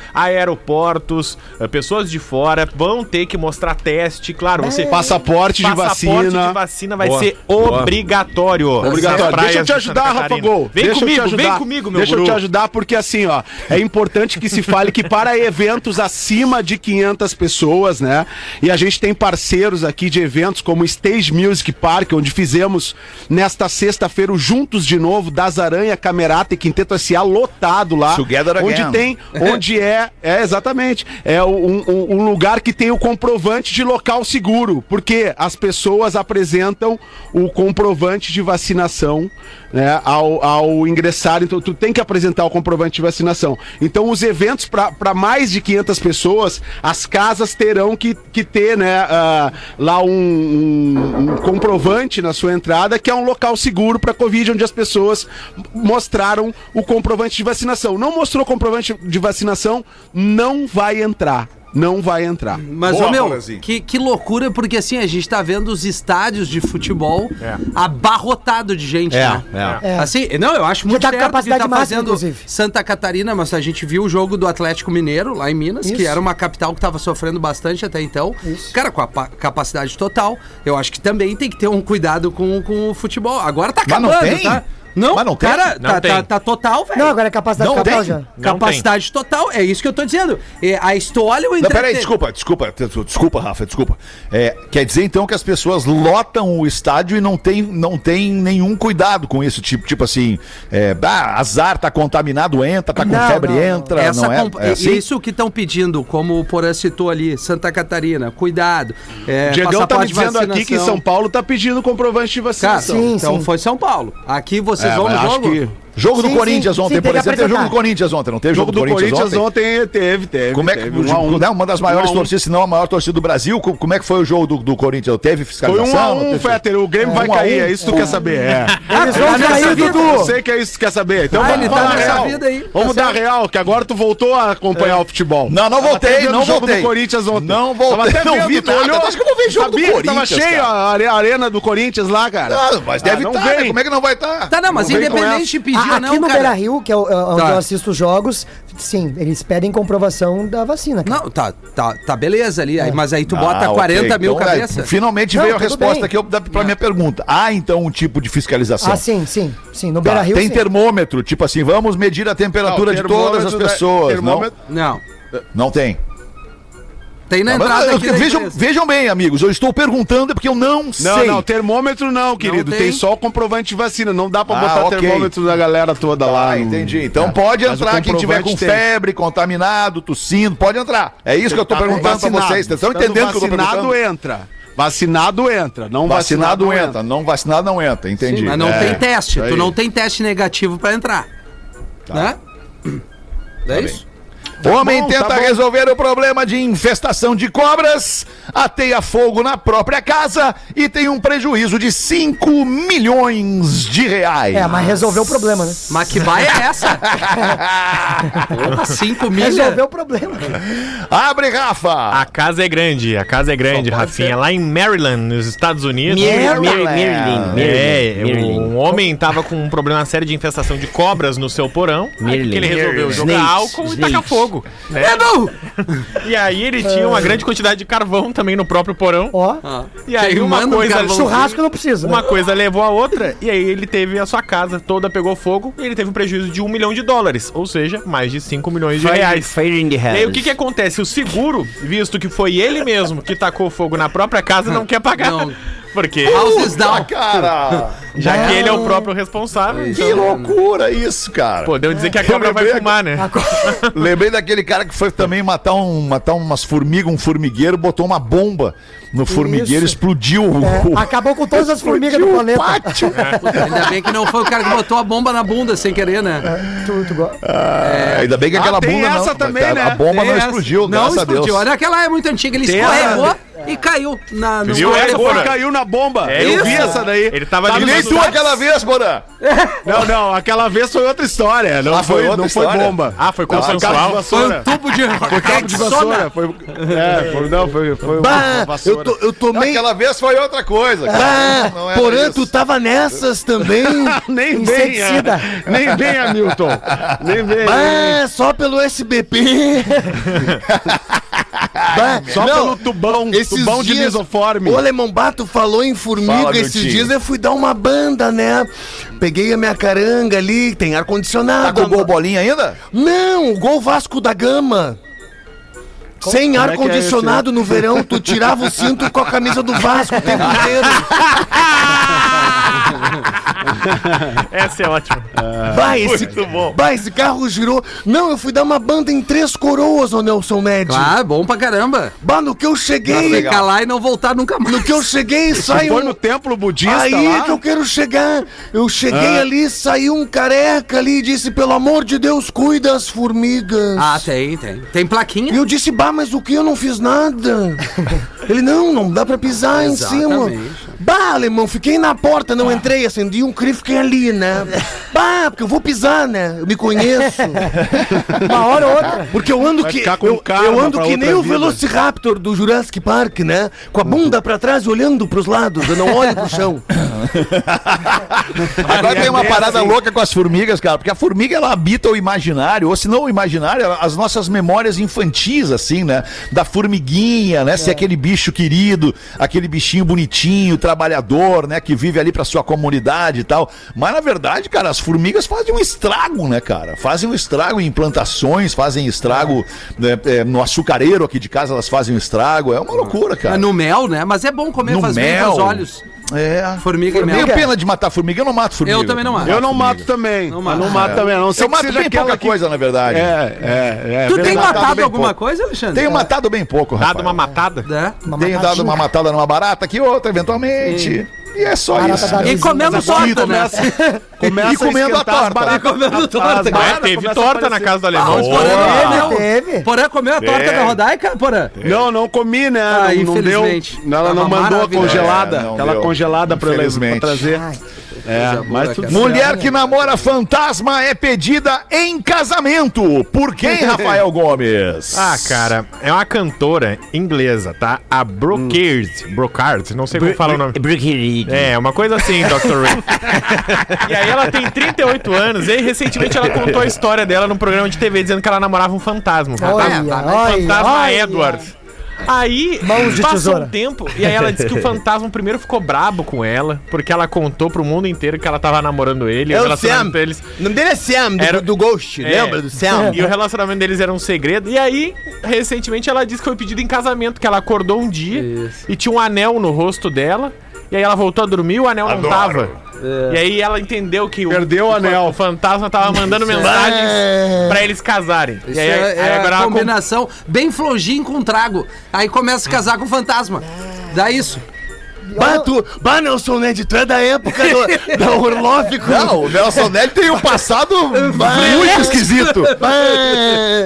Speaker 8: aeroportos, eh, pessoas de fora vão ter que mostrar teste, claro, você
Speaker 7: Passaporte, de
Speaker 8: Passaporte
Speaker 7: vacina.
Speaker 8: de vacina vai ser obrigatório.
Speaker 7: Obrigatório.
Speaker 8: Nas
Speaker 7: Deixa eu
Speaker 8: praias
Speaker 7: te
Speaker 8: de Santa
Speaker 7: ajudar, Rafa
Speaker 8: Catarina.
Speaker 7: Gol.
Speaker 8: Vem
Speaker 7: Deixa eu te
Speaker 8: comigo,
Speaker 7: ajudar.
Speaker 8: vem comigo, meu
Speaker 7: Deixa
Speaker 8: guru.
Speaker 7: eu te ajudar, porque assim, ó, é importante que se fale que para eventos acima de 500 pessoas, né? E a gente tem parceiros aqui de eventos como Stage Music Park, onde fizemos nesta sexta-feira o Juntos de Novo, Das Aranha, Camerata e Quinteto S.A. lotado lá.
Speaker 3: Together
Speaker 7: onde
Speaker 3: again.
Speaker 7: tem, onde é, é exatamente, é um, um- um lugar que tem o comprovante de local seguro, porque as pessoas apresentam o comprovante de vacinação né, ao, ao ingressar, então tu tem que apresentar o comprovante de vacinação. Então os eventos para mais de 500 pessoas, as casas terão que, que ter né, ah, lá um, um- um comprovante na sua entrada, que é um local seguro para Covid, onde as pessoas mostraram o comprovante de vacinação. Não mostrou o comprovante de vacinação, não vai entrar. Não vai entrar.
Speaker 6: Mas,
Speaker 3: Boa,
Speaker 6: ô, meu,
Speaker 3: Borazinho.
Speaker 6: que, que loucura, porque assim, a gente tá vendo os estádios de futebol
Speaker 3: É.
Speaker 6: abarrotado de gente, né?
Speaker 10: é.
Speaker 9: É.
Speaker 6: Assim, não, eu acho muito
Speaker 9: tá com
Speaker 6: certo que
Speaker 9: capacidade
Speaker 6: tá
Speaker 9: máxima,
Speaker 6: fazendo
Speaker 9: inclusive.
Speaker 6: Santa Catarina, mas a gente viu o jogo do Atlético Mineiro lá em Minas, que
Speaker 9: Isso.
Speaker 6: era uma capital que tava sofrendo bastante até então.
Speaker 9: Isso.
Speaker 6: Cara, com a pa- capacidade total, eu acho que também tem que ter um cuidado com, com o futebol. Agora tá
Speaker 3: Mas não
Speaker 6: acabando,
Speaker 3: tem?
Speaker 6: tá? Não,
Speaker 3: Mas não tem?
Speaker 6: cara,
Speaker 8: Não
Speaker 6: tá,
Speaker 8: tem.
Speaker 6: tá- tá total, velho.
Speaker 9: Não, agora é capacidade
Speaker 3: Não
Speaker 9: capital
Speaker 3: tem.
Speaker 9: já.
Speaker 8: Não
Speaker 6: Capacidade total, é isso que eu tô dizendo. É, a história, o
Speaker 3: Não, peraí,
Speaker 6: entreten-
Speaker 3: desculpa, desculpa, te- tu- desculpa, Rafa, desculpa. É, quer dizer então que as pessoas lotam o estádio e não tem, não tem nenhum cuidado com isso. Tipo, tipo assim, é, ah, azar, tá contaminado, entra, tá com
Speaker 9: Não,
Speaker 3: febre,
Speaker 9: não, não.
Speaker 3: entra,
Speaker 6: Essa
Speaker 3: não é,
Speaker 6: comp-
Speaker 3: é assim?
Speaker 6: Isso que estão pedindo, como o Porã citou ali, Santa Catarina, cuidado. É,
Speaker 7: Diegão tá me
Speaker 6: passaporte de
Speaker 7: dizendo aqui que em
Speaker 6: vacinação.
Speaker 7: São Paulo tá pedindo comprovante de
Speaker 6: Cara,
Speaker 7: vacinação.
Speaker 9: Sim,
Speaker 6: então
Speaker 9: sim.
Speaker 6: foi São Paulo. Aqui vocês
Speaker 7: É,
Speaker 6: vão
Speaker 7: mas
Speaker 6: no
Speaker 7: acho
Speaker 6: jogo.
Speaker 7: que-
Speaker 3: Jogo do
Speaker 9: Sim,
Speaker 3: Corinthians
Speaker 9: sim,
Speaker 3: ontem,
Speaker 9: sim,
Speaker 3: por
Speaker 9: teve
Speaker 3: exemplo. Teve jogo do
Speaker 9: apresentar.
Speaker 3: Corinthians ontem, não teve
Speaker 7: O jogo do Corinthians ontem teve, teve.
Speaker 3: Como é que.
Speaker 7: teve, um a um.
Speaker 3: né, uma das maiores
Speaker 7: Um a um.
Speaker 3: torcidas, se não a maior torcida do Brasil. co- Como é que foi o jogo do, do Corinthians? Teve
Speaker 7: Foi
Speaker 3: fiscalização?
Speaker 7: um a
Speaker 3: Não
Speaker 7: um,
Speaker 3: teve-
Speaker 7: Fetter. O Grêmio
Speaker 3: Um
Speaker 7: vai
Speaker 3: a um?
Speaker 7: cair, é isso que tu quer saber. É.
Speaker 9: Eles vão cair,
Speaker 7: Eu
Speaker 9: Dudu.
Speaker 7: sei que é isso que tu quer saber. Então
Speaker 6: Ah,
Speaker 7: vamos
Speaker 6: ele tá
Speaker 7: falar
Speaker 6: nessa
Speaker 7: real.
Speaker 6: vida aí. Tá
Speaker 7: Vamos dar real, que agora tu voltou a
Speaker 3: É.
Speaker 7: acompanhar o futebol.
Speaker 3: Não, não
Speaker 7: Tava
Speaker 3: voltei,
Speaker 7: até vendo
Speaker 3: não
Speaker 7: o jogo
Speaker 3: voltei.
Speaker 7: do Corinthians ontem.
Speaker 3: Não voltei,
Speaker 7: Tava até
Speaker 3: não
Speaker 7: vendo,
Speaker 3: vi
Speaker 7: tu
Speaker 3: nada.
Speaker 7: olhou.
Speaker 3: Acho que eu vou ver jogo do
Speaker 7: Sabia que Tava
Speaker 3: Corinthians,
Speaker 7: cheia
Speaker 3: cara.
Speaker 7: a are- arena do Corinthians lá, cara.
Speaker 3: Ah, mas
Speaker 7: Ah,
Speaker 3: deve
Speaker 7: não
Speaker 3: estar, né?
Speaker 7: vem.
Speaker 3: Como é que não vai estar?
Speaker 6: Tá, não, mas
Speaker 7: Não vem com
Speaker 6: independente de pedir
Speaker 9: Ah,
Speaker 6: ou
Speaker 9: Aqui
Speaker 6: não,
Speaker 9: no
Speaker 6: cara.
Speaker 9: Beira Rio, que é o- é onde
Speaker 6: Tá.
Speaker 9: eu assisto os jogos, sim, eles pedem comprovação da vacina. Cara.
Speaker 6: Não, tá, tá, tá beleza ali, aí, mas aí tu bota
Speaker 3: Ah, ok.
Speaker 6: 40 mil
Speaker 3: Então, é,
Speaker 6: cabeça.
Speaker 3: finalmente
Speaker 9: Não,
Speaker 3: veio a
Speaker 9: tudo
Speaker 3: resposta
Speaker 9: bem.
Speaker 3: aqui pra pra minha pergunta. Há então um tipo de fiscalização?
Speaker 9: Ah, sim, sim, sim. No
Speaker 3: Tá,
Speaker 9: Beira Rio.
Speaker 3: tem termômetro, tipo assim, vamos medir a temperatura de todas as pessoas. Não,
Speaker 6: Não.
Speaker 3: não tem.
Speaker 6: Tem na
Speaker 3: Mas,
Speaker 6: entrada
Speaker 3: eu-
Speaker 6: aqui da
Speaker 3: vejam,
Speaker 6: empresa.
Speaker 3: vejam bem, amigos, eu estou perguntando é porque eu não,
Speaker 7: Não,
Speaker 3: sei.
Speaker 7: não, termômetro não, querido.
Speaker 6: tem.
Speaker 7: tem. só o comprovante de vacina. Não dá pra
Speaker 3: Ah,
Speaker 7: botar
Speaker 3: ok.
Speaker 7: termômetro da galera toda lá.
Speaker 3: Ah,
Speaker 7: no-
Speaker 3: entendi. Então
Speaker 7: É.
Speaker 3: pode
Speaker 7: Mas o
Speaker 3: entrar quem tiver com
Speaker 7: comprovante tem.
Speaker 3: febre, contaminado, tossindo, pode entrar. É isso que eu estou
Speaker 7: Tá
Speaker 3: perguntando para
Speaker 7: vacinado.
Speaker 3: vocês. Vocês estão
Speaker 7: Estando
Speaker 3: entendendo o que eu estou
Speaker 7: Vacinado é um
Speaker 3: perguntando?
Speaker 7: entra. Vacinado entra. Não
Speaker 3: Vacinado entra, não vacinado não entra, entendi.
Speaker 6: Mas não
Speaker 3: É,
Speaker 6: tem teste.
Speaker 3: isso
Speaker 6: Tu
Speaker 3: aí.
Speaker 6: não tem teste negativo pra entrar. Né? é isso?
Speaker 3: Homem
Speaker 7: bom,
Speaker 3: tenta
Speaker 7: tá bom.
Speaker 3: resolver o problema de infestação de cobras, ateia fogo na própria casa e tem um prejuízo de 5 milhões de reais.
Speaker 9: É, mas resolveu o problema, né?
Speaker 6: Mas que baia é essa? 5 mil.
Speaker 9: Resolveu o problema. cara.
Speaker 3: Abre,
Speaker 9: Ah,
Speaker 3: Rafa!
Speaker 8: A casa é grande, a casa é grande, Rafinha. Lá em Maryland, nos Estados Unidos.
Speaker 9: Maryland.
Speaker 8: Maryland. É, um homem tava com um problema sério de infestação de cobras no seu porão. Aí o que ele resolveu jogar álcool e tacar fogo. né?
Speaker 6: É bom!
Speaker 8: E aí ele tinha uma grande quantidade de carvão também no próprio porão.
Speaker 9: Ó,
Speaker 8: E aí
Speaker 6: Ele
Speaker 8: uma
Speaker 6: manda um
Speaker 8: coisa,
Speaker 6: carvão.
Speaker 9: churrasco não precisa. né?
Speaker 8: uma coisa levou a outra. E aí ele teve a sua casa toda pegou fogo. E ele teve um prejuízo de um milhão de dólares. Ou seja, mais de 5 milhões
Speaker 5: É,
Speaker 8: de reais. E aí o que que acontece? O seguro, visto que foi ele mesmo que tacou fogo na própria casa, não quer pagar.
Speaker 6: Não.
Speaker 8: Porque
Speaker 6: Houses down.
Speaker 3: Cara,
Speaker 8: já que ele é o próprio responsável, então,
Speaker 3: que loucura isso, cara.
Speaker 8: podemos dizer que a cobra vai
Speaker 3: lembrei
Speaker 8: fumar, né?
Speaker 3: Lembrei daquele cara que foi também matar, um, matar umas formigas, um formigueiro, botou uma bomba no formigueiro,
Speaker 9: Isso.
Speaker 3: explodiu o- o,
Speaker 9: É, acabou com todas as formigas do planeta.
Speaker 3: pátio.
Speaker 6: Ainda bem que não foi o cara que botou a bomba na bunda sem querer, né?
Speaker 9: Tu- tu go-
Speaker 3: É, Ainda bem que aquela
Speaker 7: Ah, tem
Speaker 3: bunda
Speaker 7: essa
Speaker 3: não,
Speaker 7: também,
Speaker 3: a,
Speaker 7: né?
Speaker 3: a bomba
Speaker 6: Tem
Speaker 3: não
Speaker 6: essa.
Speaker 3: explodiu,
Speaker 6: Não
Speaker 3: graças
Speaker 6: explodiu.
Speaker 3: a Deus.
Speaker 6: Olha, aquela é muito antiga. Ele
Speaker 7: Tem
Speaker 6: escorregou e caiu. Na, no
Speaker 8: Viu? É,
Speaker 6: escorregou.
Speaker 8: agora.
Speaker 7: Agora caiu na bomba.
Speaker 8: É
Speaker 7: eu
Speaker 6: isso.
Speaker 7: vi essa daí.
Speaker 8: Ele tava
Speaker 7: Tá
Speaker 8: ali
Speaker 3: E
Speaker 7: no
Speaker 3: nem
Speaker 8: nos
Speaker 3: tu aquela vez, Borã.
Speaker 7: Não, não, aquela vez foi outra história. Não,
Speaker 3: Ah, foi
Speaker 7: foi,
Speaker 3: outra
Speaker 7: não foi
Speaker 3: história?
Speaker 7: bomba.
Speaker 8: Ah, foi
Speaker 11: Tá,
Speaker 7: Não, foi cabo de
Speaker 8: consensual.
Speaker 6: Foi um
Speaker 7: vassoura.
Speaker 6: tubo de,
Speaker 7: Foi cabo de vassoura. Foi, é, foi, não, foi, foi
Speaker 9: Ah,
Speaker 11: Bah, eu, to- eu tomei.
Speaker 3: Aquela vez foi outra coisa. cara. Não
Speaker 11: Ah,
Speaker 3: era
Speaker 11: porém,
Speaker 3: isso.
Speaker 11: tu tava nessas também.
Speaker 7: Nem vem,
Speaker 9: Inseticida.
Speaker 7: ah, nem vem, Hamilton. Nem vem.
Speaker 11: Ah, só pelo SBP. Bah,
Speaker 7: Só
Speaker 11: não,
Speaker 7: pelo tubão,
Speaker 11: esses
Speaker 7: tubão de
Speaker 11: dias-
Speaker 7: lisoforme.
Speaker 11: O Alemão Bato falou em formiga
Speaker 3: Fala,
Speaker 11: esses
Speaker 3: Miltinho.
Speaker 11: dias. Eu fui dar uma banda, né? Peguei a minha caranga ali, tem
Speaker 3: Tá
Speaker 11: ar-condicionado.
Speaker 3: com bobolinha ainda?
Speaker 11: Não, o gol Vasco da Gama. Sem
Speaker 7: é que é
Speaker 11: ar-condicionado no verão, tu tirava o cinto com a camisa do Vasco o tempo inteiro.
Speaker 8: Essa é ótima.
Speaker 11: tá. Ah, Vai, esse, bah, esse carro girou. Não, eu fui dar uma banda em três coroas, ô Nelson Med.
Speaker 6: Claro, bom pra caramba.
Speaker 11: Bah, no que eu cheguei,
Speaker 6: Ficar lá e não voltar nunca mais.
Speaker 11: no que eu cheguei, sai
Speaker 7: Foi
Speaker 11: um...
Speaker 7: no templo budista
Speaker 11: Aí
Speaker 7: tá lá. Ah.
Speaker 11: que eu quero chegar. Eu cheguei ali, saiu um careca ali e disse, pelo amor de Deus, cuida as formigas.
Speaker 6: Ah, tem, tem. Tem plaquinha.
Speaker 11: E eu disse, bah, mas o que? Eu não fiz nada. Ele, não, não dá pra pisar em cima.
Speaker 6: Exatamente.
Speaker 11: Bah, alemão, fiquei na porta, não entrei, acendi um cri, fiquei ali, né? Bah, porque eu vou pisar, né? Eu me conheço.
Speaker 9: Uma hora ou outra.
Speaker 11: Porque eu ando
Speaker 7: Vai
Speaker 11: que.
Speaker 7: ficar com
Speaker 11: Eu,
Speaker 7: karma
Speaker 11: eu ando
Speaker 7: pra
Speaker 11: que
Speaker 7: outra
Speaker 11: nem o
Speaker 7: vida.
Speaker 11: Velociraptor do Jurassic Park, né? Com a bunda pra trás e olhando pros lados. Eu não olho pro chão.
Speaker 3: Agora tem uma parada louca com as formigas, cara, porque a formiga ela habita o imaginário, ou se não o imaginário, ela- as nossas memórias infantis, assim, né? Da formiguinha, né? Se é aquele bicho querido, aquele bichinho bonitinho, trabalhador, né? Que vive ali pra sua comunidade e tal. Mas na verdade, cara, as formigas fazem um estrago, né, cara? Fazem um estrago em plantações, fazem estrago né, é, no açucareiro aqui de casa, elas fazem um estrago. É uma loucura, cara.
Speaker 6: É no mel, né? Mas é bom comer,
Speaker 3: No
Speaker 6: faz bem
Speaker 3: mel.
Speaker 6: aos olhos.
Speaker 3: É.
Speaker 6: Formiga e
Speaker 3: Eu tenho
Speaker 6: mel.
Speaker 3: pena de matar formiga, eu não mato formiga.
Speaker 6: também não mato.
Speaker 7: Eu não mato também.
Speaker 6: Não
Speaker 7: Não
Speaker 6: mata.
Speaker 7: mato, não mato também. a Não sei
Speaker 3: Eu mato bem pouca coisa, na verdade.
Speaker 7: É, é, é.
Speaker 6: Tu tem
Speaker 7: verdade.
Speaker 6: matado
Speaker 3: tá bem
Speaker 6: alguma
Speaker 3: pouco.
Speaker 6: coisa, Alexandre?
Speaker 3: Tenho matado bem pouco,
Speaker 8: Dado
Speaker 3: Rafael.
Speaker 8: uma matada.
Speaker 6: Né?
Speaker 9: Uma
Speaker 3: Tenho dado
Speaker 9: matadinha.
Speaker 3: uma matada numa barata que outra, eventualmente. E é só
Speaker 9: Barata
Speaker 3: isso.
Speaker 9: da
Speaker 6: E
Speaker 9: vizinha.
Speaker 6: comendo torta, né?
Speaker 7: Começa
Speaker 3: E comendo a
Speaker 7: esquentar as
Speaker 3: torta.
Speaker 7: baratas.
Speaker 6: E comendo torta.
Speaker 8: Mas
Speaker 7: Barata
Speaker 8: teve
Speaker 7: começa a
Speaker 8: torta na
Speaker 7: aparecer.
Speaker 8: casa do alemão. isso foi-
Speaker 6: Ah, Porã comeu.
Speaker 9: Teve.
Speaker 6: Porã comeu a torta da Rodaica, Porã?
Speaker 3: É.
Speaker 7: Não, não comi, né?
Speaker 6: Ah,
Speaker 7: não, não deu.
Speaker 6: infelizmente.
Speaker 7: Ela
Speaker 6: Tava
Speaker 7: não mandou a
Speaker 6: maravilhoso.
Speaker 7: congelada.
Speaker 3: É, não
Speaker 7: aquela
Speaker 3: deu.
Speaker 7: congelada pra, ela, pra
Speaker 3: Infelizmente.
Speaker 7: trazer.
Speaker 9: Ai,
Speaker 7: É, mas tudo
Speaker 3: Mulher que namora fantasma é pedida em casamento. Por quem, Rafael Gomes?
Speaker 8: Ah, cara, é uma cantora inglesa, tá? A Brocard,
Speaker 9: Hum.
Speaker 8: Brocard, não sei como fala o nome. É, uma coisa assim, Dr. Ray. e aí ela tem 38 anos, e aí recentemente ela contou a história dela num programa de TV dizendo que ela namorava um fantasma. Um fantasma,
Speaker 9: Olha,
Speaker 8: um fantasma
Speaker 9: olha.
Speaker 8: Edward. Aí
Speaker 9: Mãos de
Speaker 8: passa
Speaker 9: tesoura.
Speaker 8: um tempo e aí ela disse que o fantasma primeiro ficou brabo com ela, porque ela contou pro mundo inteiro que ela tava namorando ele,
Speaker 10: É
Speaker 8: o
Speaker 10: o
Speaker 8: relacionamento
Speaker 10: Sam.
Speaker 8: deles.
Speaker 10: O nome dele é Sam, do,
Speaker 8: Era-
Speaker 10: do Ghost.
Speaker 8: É.
Speaker 10: Lembra do Sam?
Speaker 8: E o relacionamento deles era um segredo. E aí, recentemente, ela disse que foi pedido em casamento, que ela acordou um dia
Speaker 6: Isso.
Speaker 8: e tinha um anel no rosto dela. E aí ela voltou a dormir e o anel não tava. E aí ela entendeu que o,
Speaker 7: Perdeu o
Speaker 8: fa-
Speaker 7: anel.
Speaker 8: o fantasma tava mandando mensagens pra eles casarem.
Speaker 6: Isso
Speaker 8: e aí,
Speaker 6: é,
Speaker 8: aí
Speaker 6: é
Speaker 8: agora
Speaker 6: a
Speaker 8: ela com-
Speaker 6: combinação bem flojinho com trago. Aí começa a casar com fantasma. Dá isso.
Speaker 11: Bah, tu, bah, Nelson Ned, tu é da época do,
Speaker 7: um
Speaker 11: da Orloff com...
Speaker 3: Não, o Nelson Nelly tem um passado muito esquisito.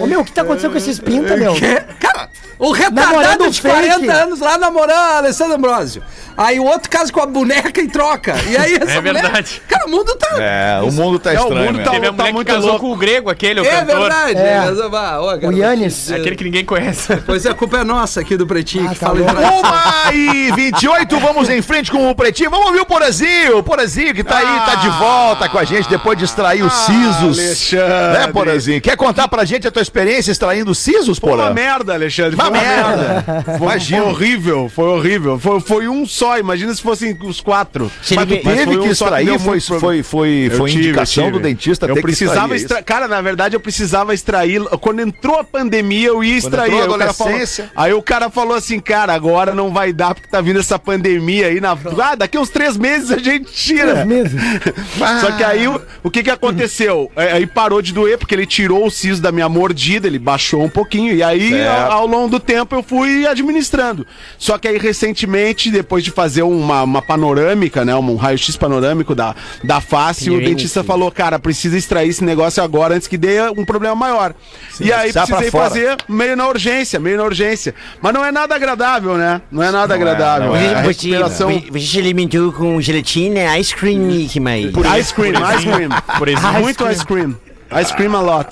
Speaker 9: Ô, meu, o que tá acontecendo com esses pinta, meu?
Speaker 6: Cara, o retardado
Speaker 9: Namorando
Speaker 6: de
Speaker 9: fake.
Speaker 6: 40 anos lá namorando a Alessandra Ambrosio. Aí o outro casa com a boneca e troca. E aí essa
Speaker 8: É
Speaker 6: mulher-
Speaker 8: verdade.
Speaker 6: Cara, o mundo tá. É,
Speaker 3: É, o mundo tá
Speaker 7: É, o
Speaker 3: estranho.
Speaker 7: mundo
Speaker 3: né?
Speaker 7: tá-
Speaker 8: Teve a
Speaker 7: tá
Speaker 8: mulher
Speaker 7: muito
Speaker 8: que casou
Speaker 7: louco.
Speaker 8: com o grego, aquele, o cantor.
Speaker 6: verdade.
Speaker 9: É.
Speaker 6: Mas, ah, ó,
Speaker 9: O
Speaker 6: cara,
Speaker 9: Yannis.
Speaker 3: É.
Speaker 8: Aquele que ninguém conhece.
Speaker 6: Pois é, a culpa é nossa aqui do Pretinho,
Speaker 9: Ah,
Speaker 6: que
Speaker 9: tá
Speaker 6: fala em
Speaker 9: louco.
Speaker 6: trás.
Speaker 3: Uma e 28, vamos em frente com o Pretinho. Vamos ouvir o Porazinho. O Porazinho que tá aí, tá
Speaker 7: Ah.
Speaker 3: de volta com a gente depois de extrair os sisos.
Speaker 7: Alexandre.
Speaker 3: Né, Porazinho? Quer contar pra gente a tua experiência extraindo sisos,
Speaker 7: Foi uma
Speaker 3: Porã?
Speaker 7: merda, Alexandre.
Speaker 3: Uma
Speaker 7: Foi uma
Speaker 3: merda.
Speaker 7: merda. Foi-
Speaker 3: Imagina.
Speaker 7: Foi horrível, foi horrível. Foi, foi um só, imagina se fossem os quatro.
Speaker 3: Mas tu teve
Speaker 7: um
Speaker 3: que extrair, foi, um
Speaker 7: foi,
Speaker 3: foi, foi,
Speaker 7: Eu
Speaker 3: foi
Speaker 7: tive,
Speaker 3: indicação
Speaker 7: tive.
Speaker 3: do dentista
Speaker 7: Eu
Speaker 3: ter
Speaker 7: precisava
Speaker 3: que
Speaker 7: extrair.
Speaker 3: extrair.
Speaker 7: Cara, na verdade, eu precisava extrair. Quando entrou a pandemia, eu ia extrair.
Speaker 3: entrou a
Speaker 7: Aí o cara falou-
Speaker 3: adolescência.
Speaker 7: aí o cara falou assim, cara, agora não vai dar porque tá vindo essa pandemia aí. Na... Ah, daqui uns três meses a gente tira.
Speaker 9: Três meses.
Speaker 7: Só que aí o, o que que aconteceu? É, aí parou de doer porque ele tirou o siso da minha mordida, ele baixou um pouquinho e aí ao, ao longo do tempo eu fui administrando. Só que aí recentemente, depois de fazer uma, uma panorâmica, né, um raio-x panorâmico da, da face, o dentista falou, cara, precisa extrair esse negócio agora antes que dê um problema maior. e aí
Speaker 3: sai pra
Speaker 7: precisei
Speaker 3: fora.
Speaker 7: fazer meio na urgência, meio na urgência. Mas não é nada agradável, né? Não é nada agradável.
Speaker 3: não é.
Speaker 7: A respiração...
Speaker 5: Você se alimentou com gelatina, ice cream, que mais?
Speaker 7: ice cream, ice cream. Muito ice cream. Ice cream a lot.